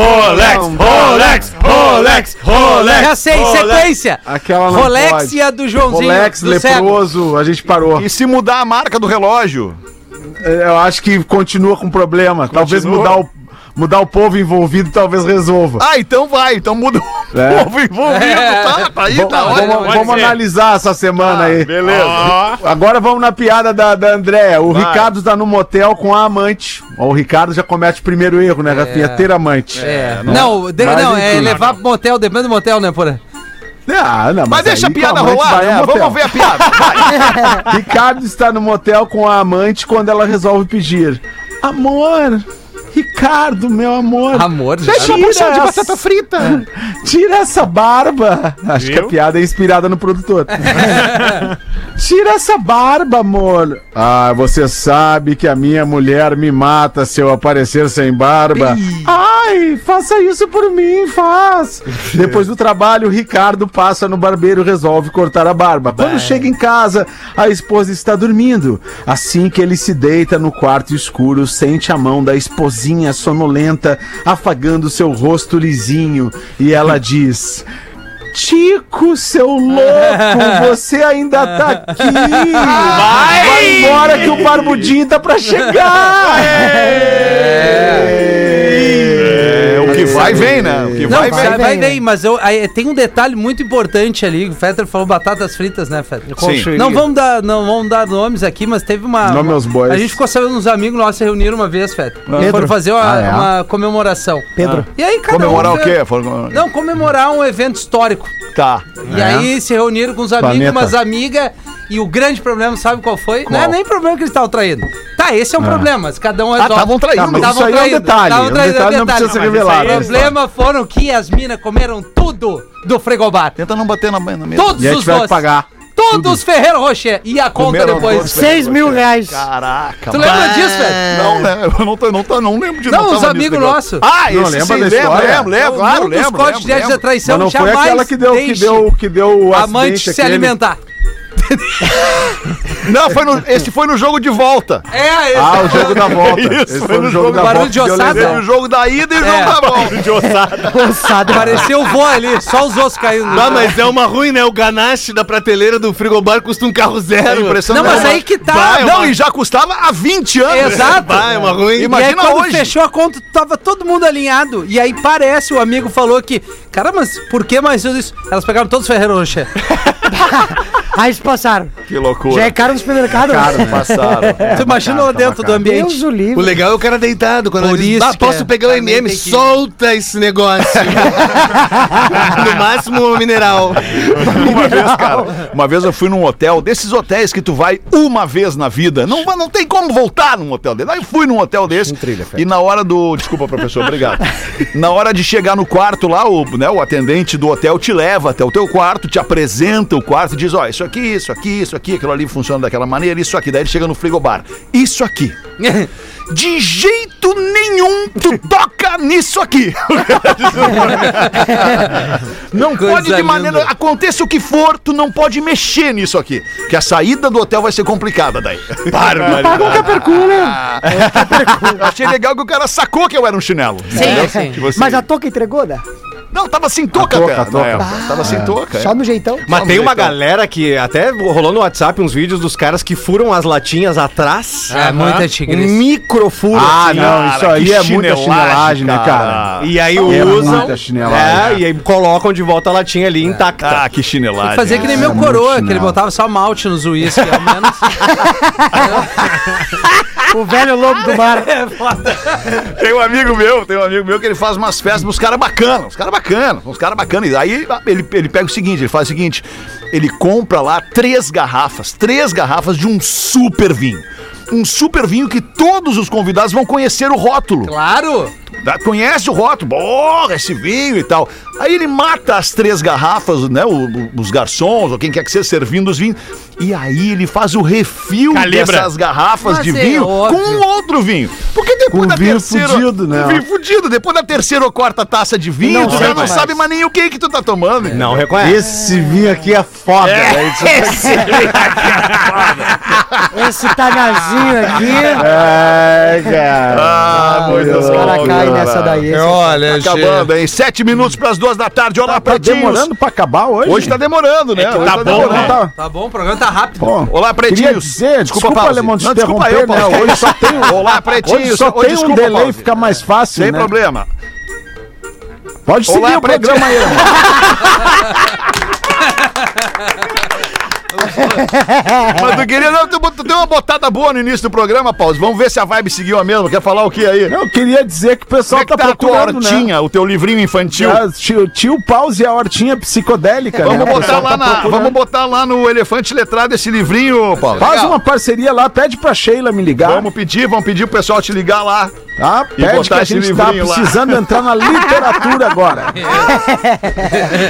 Rolex, Rolex, Rolex. Já sei, é sequência. Aquela Ah, não Rolex pode. e a do Joãozinho. Rolex, do cego. leproso, a gente parou. E se mudar a marca do relógio? Eu acho que continua com problema. Talvez Continua? mudar o, mudar o povo envolvido talvez resolva. Ah, então vai. Então muda o É. povo envolvido. Tá, tá aí, Vom- tá vamos ótimo. Ah, pode vamos ser. analisar essa semana aí. Beleza. Agora vamos na piada da, da Andréia. O Ricardo tá no motel com a amante. Ó, O Ricardo já comete o primeiro erro, né, Rafinha? Ter amante. É, não, de- Mas não, é enfim. levar pro motel, depende do motel, né, Porã? Ah, não, Mas deixa a aí com piada amante rolar, vai no né? motel. Vamos ver a piada. Ricardo está no motel com a amante quando ela resolve pedir: Amor, Ricardo, meu amor. Amor, Deixa eu puxar de batata frita. Tira essa barba. Acho que a piada é inspirada no produtor. Tira essa barba, amor. Ah, você sabe que a minha mulher me mata se eu aparecer sem barba. Ai, faça isso por mim, faz. Depois do trabalho, o Ricardo passa no barbeiro e resolve cortar a barba. Quando chega em casa, a esposa está dormindo. Assim que ele se deita no quarto escuro, sente a mão da esposinha sonolenta afagando seu rosto lisinho e ela diz: Tico, seu louco, você ainda tá aqui. Vai, embora que o barbudinho tá pra chegar. É, o que vai, vem, né? O que Não, vai, vai, vem. vai, bem, mas eu, aí, tem um detalhe muito importante ali. O Fetter falou batatas fritas, né, Fetter? Sim. seria? Não vamos dar, não vamos dar nomes aqui, mas teve uma. Nome uma- aos bois. A gente ficou sabendo uns amigos nossos se reuniram uma vez, Fetter. E Foram fazer uma, Ah, é? uma comemoração. Pedro. E aí, cada Comemorar um o fez- quê? For- Não, comemorar um evento histórico. Tá. E aí se reuniram com os amigos, É. Planeta. umas amigas, e o grande problema, sabe qual foi? Não é nem problema que eles estavam traindo. Tá, esse é um problema, mas cada um resolve. Ah, tavam traindo. Tá, mas Tavam isso aí é um traindo, detalhe, tavam um traindo, detalhe não precisa ser mas isso revelado, aí- O né? problema foram que as minas comeram tudo do Fregobar. Tenta não bater na, na mesa. Todos E aí os tiveram que doces. pagar. Todos os Ferreiro Rocher. E a conta Comeram depois. todos. 6 mil reais. Caraca, Tu lembra bah. disso, velho? É. Não, né? Eu não, tô, não, tô, não lembro de Não, tava os nisso, amigos negócio. nossos. Ah, Não, isso lembra sim, da lembro, história? lemos, lembro, claro, Um dos lembro. códigos de lembro, ética da lembro. Mas traição não foi Então jamais aquela que deu, que deixe deu, que deu o amante acidente se aquele? alimentar. Não, foi no, esse foi no jogo de volta. É, esse Ah, o jogo da volta. Isso, Esse foi foi no o jogo jogo da barulho volta. de ossada. violento. Teve o jogo da ida e o É. jogo da volta. De ossada. Ossado. Pareceu o vô ali, só os ossos caindo. Ah, mas é uma ruim, né? O ganache da prateleira do frigobar custa um carro É zero. impressão Não, dela. mas aí que tá. Vai, Não, Não, e já custava há 20 anos. Exato. Ah, é uma ruim. Imagina e aí, quando hoje. fechou a conta, tava todo mundo alinhado. E aí parece, o amigo falou que, cara, mas por que mais tudo isso? Elas pegaram todos os Ferreiro Rocher. Aí eles passaram. Que loucura. Já é caro no supermercado? né? Caro, né? passaram. né? tu imagina lá dentro do ambiente. Deus o O livre. legal é o cara deitado. Quando Por ele diz, isso "Ah, que posso é. pegar o Também MM, tem que- solta esse negócio. no máximo, o mineral. uma vez, cara, uma vez eu fui num hotel, desses hotéis que tu vai uma vez na vida, não, vai- não tem como voltar num hotel desse. Aí eu fui num hotel desse e na hora do... Desculpa, professor, obrigado. Na hora de chegar no quarto lá, o, né, o atendente do hotel te leva até o teu quarto, te apresenta o quarto e diz, ó, isso aqui, isso aqui, isso aqui, aquilo ali funciona daquela maneira, isso aqui. Daí ele chega no frigobar. Isso aqui. De jeito nenhum tu toca nisso aqui. Não Coisa pode de linda. maneira. Aconteça o que for, tu não pode mexer nisso aqui. Que a saída do hotel vai ser complicada daí. Para, Paga um capercu, né? Achei legal que o cara sacou que eu era um chinelo. Entendeu? Que você- Mas a toca entregou, né? Não, tava sem toca, toca, cara. a toca. na época. Tava sem toca. é. Só no jeitão. Mas tem uma galera que até rolou no WhatsApp uns vídeos dos caras que furam as latinhas atrás. É, muita Um tigrice. microfuro. Ah, assim, não, isso Cara, aí que é muita chinelagem, chinelagem, né, cara? cara? E aí É usam. muita chinelagem. É, e aí colocam de volta a latinha ali intacta. Ah, que chinelagem. Fazer que nem meu muito coroa, chinelo. que ele botava só malte nos uísque, ao menos. O velho lobo do mar. Tem um amigo meu, tem um amigo meu que ele faz umas festas pros caras bacanas, uns caras bacanas, uns caras bacanas. E aí ah, ele, ele pega o seguinte, ele faz o seguinte, ele compra lá três garrafas, três garrafas de um super vinho. Um super vinho que todos os convidados vão conhecer o rótulo. claro! Tá? Conhece o rótulo, porra, esse vinho e tal. Aí ele mata as três garrafas, né? o- o- os garçons, ou quem quer que seja, servindo os vinhos. E aí ele faz o refil Calibra. dessas garrafas Mas de é vinho óbvio. com um outro vinho. Porque depois Com da vinho terceira. fudido, né? com Vinho fudido. Depois da terceira ou quarta taça de vinho, Não tu sei já não mais. sabe mais nem o que, que tu tá tomando. Não reconhece. Esse vinho aqui é foda. né? Isso É, Esse talhazinho aqui. cara. Ah, muito Os caras caem nessa daí. É esse- Olha, Acabando, hein? Sete minutos pras duas da tarde. Olá, Tá pretinhos. demorando pra acabar hoje? Hoje tá demorando, né? Hoje tá bom, demorando. Não tá- Tá bom, o programa tá rápido. Pô, Olá, Queria pretinhos. dizer, desculpa, Pause. Alemão, te Não, desculpa interromper, eu, Pause. né? Hoje só tem um... Olá, Hoje pretinhos. só tem um Desculpa, delay, Pause. fica mais fácil, Sem né? problema. Pode seguir Olá, o programa aí, irmão. Mas tu queria. Não, tu, bot- tu deu uma botada boa no início do programa, Pause. Vamos ver se a vibe seguiu a mesma. Quer falar o que aí? Eu queria dizer que o pessoal Como é que tá, tá a tua procurando, né? hortinha, o teu livrinho infantil? Ah, Tio, tio Pause e a hortinha psicodélica, né? Vamos O botar, pessoal lá tá na, procurando. Tá, vamos botar lá no Elefante Letrado esse livrinho, Paulo. Faz uma parceria lá, pede pra Sheila me ligar. Vamos pedir, vamos pedir pro pessoal te ligar lá. Tá? E Pede que botar a esse gente tá livrinho lá. precisando entrar na literatura agora.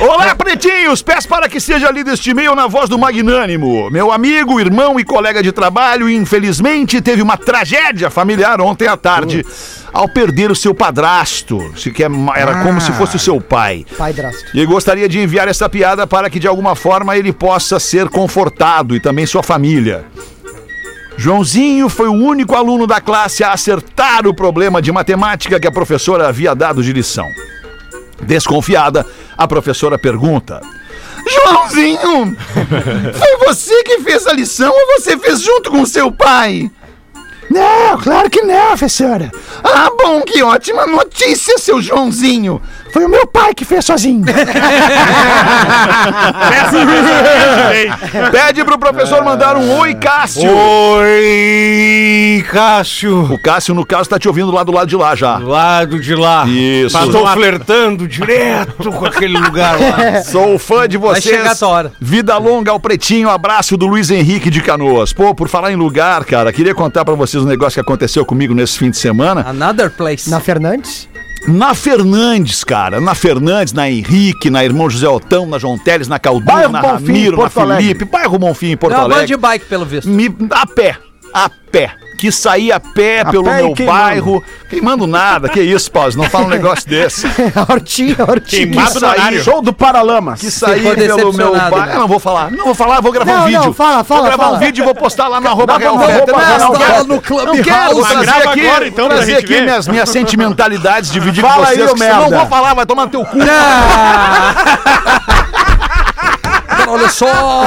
Olá, pretinhos! Peço para que seja lido este e-mail na voz do Magnânimo. Meu amigo, irmão e colega de trabalho, infelizmente, teve uma tragédia familiar ontem à tarde ao perder o seu padrasto. Se que é ma- Era como se fosse o seu pai. Pai drástico. E gostaria de enviar essa piada para que de alguma forma ele possa ser confortado e também sua família. Joãozinho foi o único aluno da classe a acertar o problema de matemática que a professora havia dado de lição. Desconfiada, a professora pergunta: Joãozinho, foi você que fez a lição ou você fez junto com seu pai? Não, claro que não, professora. Ah, bom, que ótima notícia, seu Joãozinho. Foi o meu pai que fez sozinho. Pede pro professor mandar um oi, Cássio. Oi, Cássio. O Cássio, no caso, tá te ouvindo lá do lado de lá já. Do lado de lá. Isso. Estou flertando direto com aquele lugar lá. Sou fã de Vai vocês. chegar a tua hora. Vida longa ao pretinho. Abraço do Luiz Henrique de Canoas. Pô, por falar em lugar, cara, queria contar pra vocês um negócio que aconteceu comigo nesse fim de semana. Another place. Na Fernandes? Na Fernandes, cara. Na Fernandes, na Henrique, na Irmão José Otão, na João Teles, na Calduna, Bairro na Bonfim, Ramiro, na Porto Alegre. Felipe, bairro Bonfim, em Porto Não, Alegre. banda de bike, pelo visto. Me- a pé, a pé. Que saí a pé pelo pé e meu queimando. bairro. Queimando nada, que isso, Pause, não fala um negócio desse. a hortinha, a hortinha. Que saí, Show do Paralamas. que saí ficou pelo meu decepcionado, bairro. né? Eu não vou falar, não vou falar, vou gravar Não, um vídeo. não, fala, fala, Vou gravar fala. um vídeo e vou postar lá na arroba Grava Real uma Feta. roupa, Não, grava não uma quero. roupa. tá no Club Não quero House. trazer Grava aqui, agora, então, pra trazer gente aqui ver. minhas, minhas sentimentalidades, dividir Fala com vocês. aí, ô que senão merda. não vou falar, vai tomar no teu cu. Cara, olha só!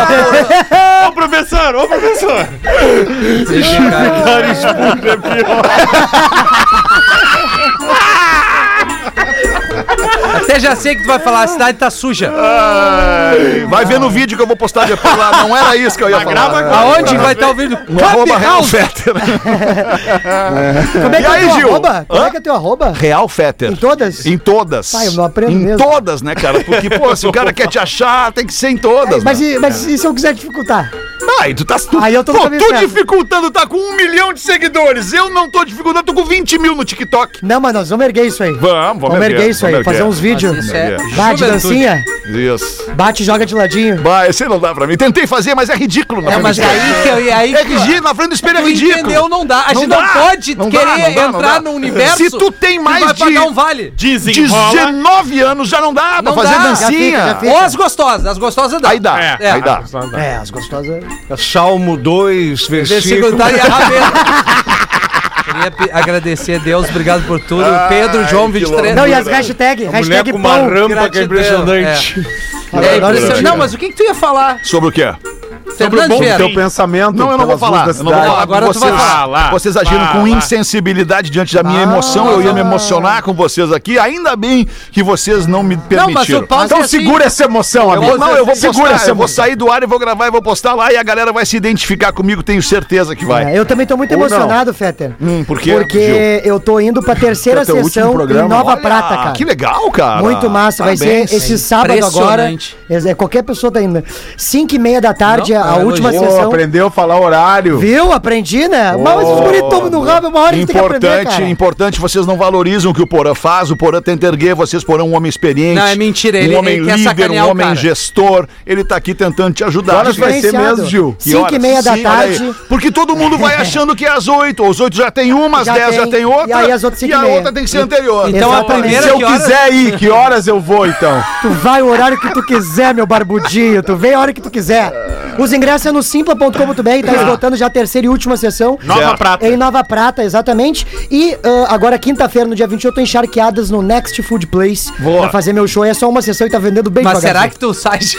Ô, professor, ô, professor. Até já sei que tu vai falar, a cidade tá suja. Ai, Vai ver no vídeo que eu vou postar depois lá. Não era isso que eu ia falar. grava agora. Aonde vai tá estar o vídeo? No arroba Real um Fetter. Como é que E aí, é teu Gil? arroba? Como Hã? é que é teu arroba? Real Fetter. Em todas? Em todas. Pai, eu não aprendo Em mesmo. todas, né, cara? Porque, pô, se o cara quer te achar, tem que ser em todas. É, Mas, né? e, mas e se eu quiser dificultar? Ai, tu tá. Tu, Aí eu tô no pô, caminho tu certo. dificultando, tá com um milhão de seguidores. Eu não tô dificultando, tô com 20 mil no TikTok. Não, mas nós vamos erguer isso aí. Vamos, Vamos erguer isso aí, fazer uns vídeos. Mas isso é Bate juventude. dancinha, Isso. bate e joga de ladinho. Vai, esse não dá pra mim. Tentei fazer, mas é ridículo na É, frente mas do espelho. aí que eu, aí É que ridículo, na frente do espelho é tu ridículo. entendeu, não dá. A gente não, dá, pode não dá, querer não dá, não entrar dá. no universo. Se tu tem mais que vai de- pagar um vale. Desenrola. 19 anos já não dá pra Não fazer dá. dancinha. Já fica, já fica. Ou as gostosas, as gostosas dá. Aí dá, É. aí dá. É, as gostosas. Salmo 2, Versículo versículo. tá errado mesmo. Queria pe- agradecer a Deus, obrigado por tudo. Pedro, João, 23. Não, e as hashtag, Mulher hashtag com uma pão. rampa que gratidão, é impressionante. É, impressionante. não, mas o que, que tu ia falar? Sobre o quê? Fernando Teu Vieira. pensamento. Não, eu não vou pelas falar. ruas da Eu não vou cidade. falar. Agora tu vocês, vai falar. vocês agiram com Fala. insensibilidade diante da minha emoção. Eu ia me emocionar com vocês aqui. Ainda bem que vocês não me permitiram. Não, mas o Paulo Então segura essa emoção, é assim, Eu vou, amigo. não, eu vou Segura postar, essa eu vou emoção. sair do ar e vou gravar e vou postar lá e a galera vai se identificar comigo, tenho certeza que vai. É, eu também tô muito Ou não. emocionado, Fetter. Hum, por quê? Gil? Porque eu tô indo pra terceira Esse é o teu sessão último em programa. Nova Olha, Prata, cara. Que legal, cara. Muito massa, vai ser Parabéns. esse sábado agora. impressionante. É, Qualquer pessoa tá indo. 5 e meia da tarde, Não? a a última Pô, sessão. aprendeu a falar horário. Viu? Aprendi, né? Mas os guri tomam no rabo, é uma hora a gente tem que aprender, Oh. Importante, cara. importante, vocês não valorizam o que o Porã faz, o Porã tenta erguer, vocês porão um homem experiente. Não, é mentira, um ele- homem ele quer líder, um sacanear o homem cara. gestor, ele tá aqui tentando te ajudar. Horas vai ser mesmo, Gil? Que Cinco e horas? meia da Sim, olha aí. tarde. Porque todo mundo vai achando que é às oito, às oito já tem uma, às Já dez já tem, tem outra, e aí as outras e cinco e a meia. outra tem que ser anterior. Então a Exatamente. primeira Se eu que horas- quiser ir, que horas eu vou então? Tu vai o horário que tu quiser, meu barbudinho. Tu vem a hora que tu quiser. Os ingressos é no simpla.com.br, tá esgotando já a terceira e última sessão. Nova É. prata. Em Nova Prata, exatamente. E ah, agora, quinta-feira, no dia 20, eu tô encharqueadas no Next Food Place pra fazer meu show. É só uma sessão e tá vendendo bem Mas será assim. devagarzinho. que tu sai de...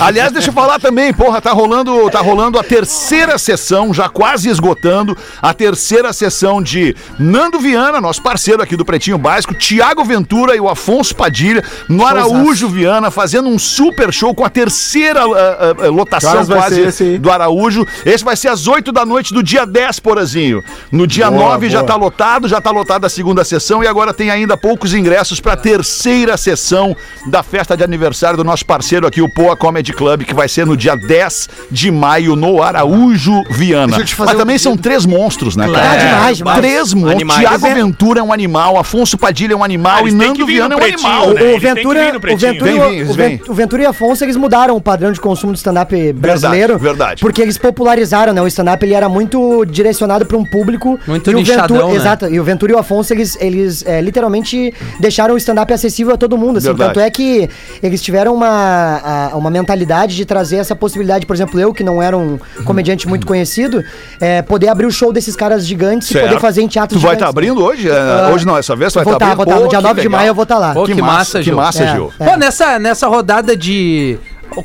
Aliás, deixa eu falar também, porra, tá rolando, tá rolando a terceira sessão, já quase esgotando, a terceira sessão de Nando Viana, nosso parceiro aqui do Pretinho Básico, Tiago Ventura e o Afonso Padilha, no Araújo Viana, fazendo um super show com a terceira ah, ah, ah, Que lotação horas vai ser quase esse aí? do Araújo. Esse vai ser às 8 da noite do dia 10, Porazinho. No dia Boa, 9 já boa. tá lotado, já tá lotada a segunda sessão e agora tem ainda poucos ingressos pra terceira sessão da festa de aniversário do nosso parceiro aqui, o Poa Comedy Club, que vai ser no dia 10 de maio no Araújo, Viana. Deixa eu te fazer Mas um também são três monstros, né, cara? Ah, demais, demais. Três monstros. Animais. Tiago Ventura é um animal, Afonso Padilha é um animal e eles têm Nando que vir Viana é no um Pretinho, né? animal. O Eles têm que vir Ventura, no o, Ventura, e Vem, o- vem, o vem. Ven- o Ventura e Afonso, eles mudaram o padrão de consumo de stand-up brasileiro. verdade. Porque eles popularizaram, né? O stand-up ele era muito direcionado para um público. Muito e o nichadão, Ventura, né? Exato. E o Ventura e o Afonso, eles, eles é, literalmente deixaram o stand-up acessível a todo mundo. Assim. Verdade. Tanto é que eles tiveram uma, a- uma mentalidade de trazer essa possibilidade, por exemplo, eu, que não era um comediante muito conhecido, é, poder abrir o show desses caras gigantes e poder Certo. fazer em teatro Tu vai gigantes. estar abrindo hoje? É, hoje não, essa vez tu vai Vou estar tá, abrindo. vou tá. Pô, No dia que 9 de legal. maio eu vou estar lá. Pô, que, massa, que Gil. massa, É. Gil. Pô, nessa, nessa rodada de.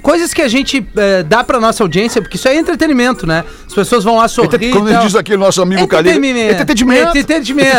Coisas que a gente eh, dá pra nossa audiência, porque isso é entretenimento, né? As pessoas vão lá sorrir. Entrete- Como e tal. diz aqui o nosso amigo Calil. Entretenimento. Entretenimento.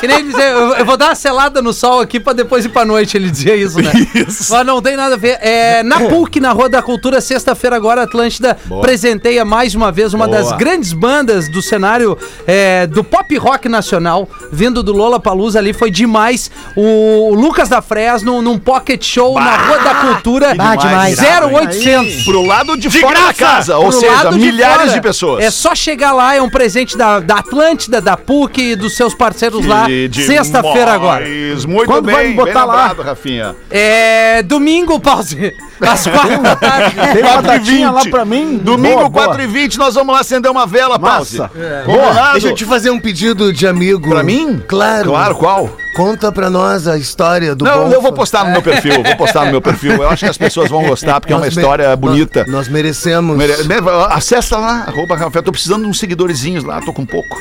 Que nem ele dizia, eu, eu vou dar uma selada no sol aqui pra depois ir pra noite, ele dizia isso, né? Isso. Mas não tem nada a ver. É, na PUC, na Rua da Cultura, sexta-feira agora, Atlântida presenteia mais uma vez uma das grandes bandas do cenário é, do pop rock nacional, vindo do Lola Palusa ali, foi demais. O Lucas da Fresno num pocket show na Rua da Cultura. Bah, demais. 0800. Pro lado de, fora da casa, ou Pro seja, lado milhares fora. de pessoas. É só chegar lá, é um presente da, da Atlântida, da PUC e dos seus parceiros lá. Que Sexta-feira demais. agora. Muito Quando bem, vai me botar bem lá? lembrado, Rafinha. É. Domingo, pause. Às quatro da tarde. Tem uma 4 e datinha 20. lá pra mim? Domingo, Boa, boa. 4h20, nós vamos lá acender uma vela, Pause. Massa. É. Combinado? Deixa eu te fazer um pedido de amigo. Pra mim? Claro. Claro, qual? Conta pra nós a história do Não, Bonfa. eu vou postar no meu perfil, vou postar no meu perfil. Eu acho que as pessoas vão gostar, porque é uma Nós me- história nós- bonita. Nós, merecemos. Mere- né, Acessa lá, arroba Rafael. Tô precisando de uns seguidorzinhos lá, tô com pouco.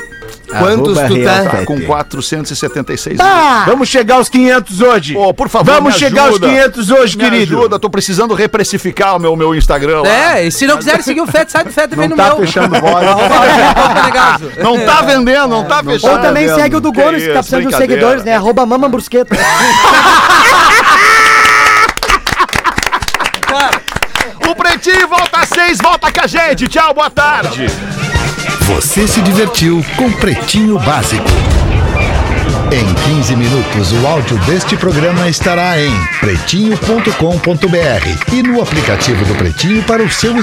Quantos tu tá? Tá com 476 Tá! Vamos chegar aos 500 hoje. Pô, por favor, Vamos me chegar ajuda. aos 500 hoje, Me querido. ajuda, tô precisando reprecificar o meu, meu Instagram lá. É, e se não quiser seguir o Fed, sai do Fed também Não no tá meu. fechando voz. Arroba- Não tá vendendo, não tá fechando. É. Ou também vendo? segue o do Que Gomes, que, isso, tá precisando de uns brincadeira. seguidores, né? Arroba Mama Brusqueta. O Pretinho volta às seis, volta com a gente. Tchau, boa tarde. Você se divertiu com Pretinho Básico. Em 15 minutos, o áudio deste programa estará em pretinho.com.br e no aplicativo do Pretinho para o seu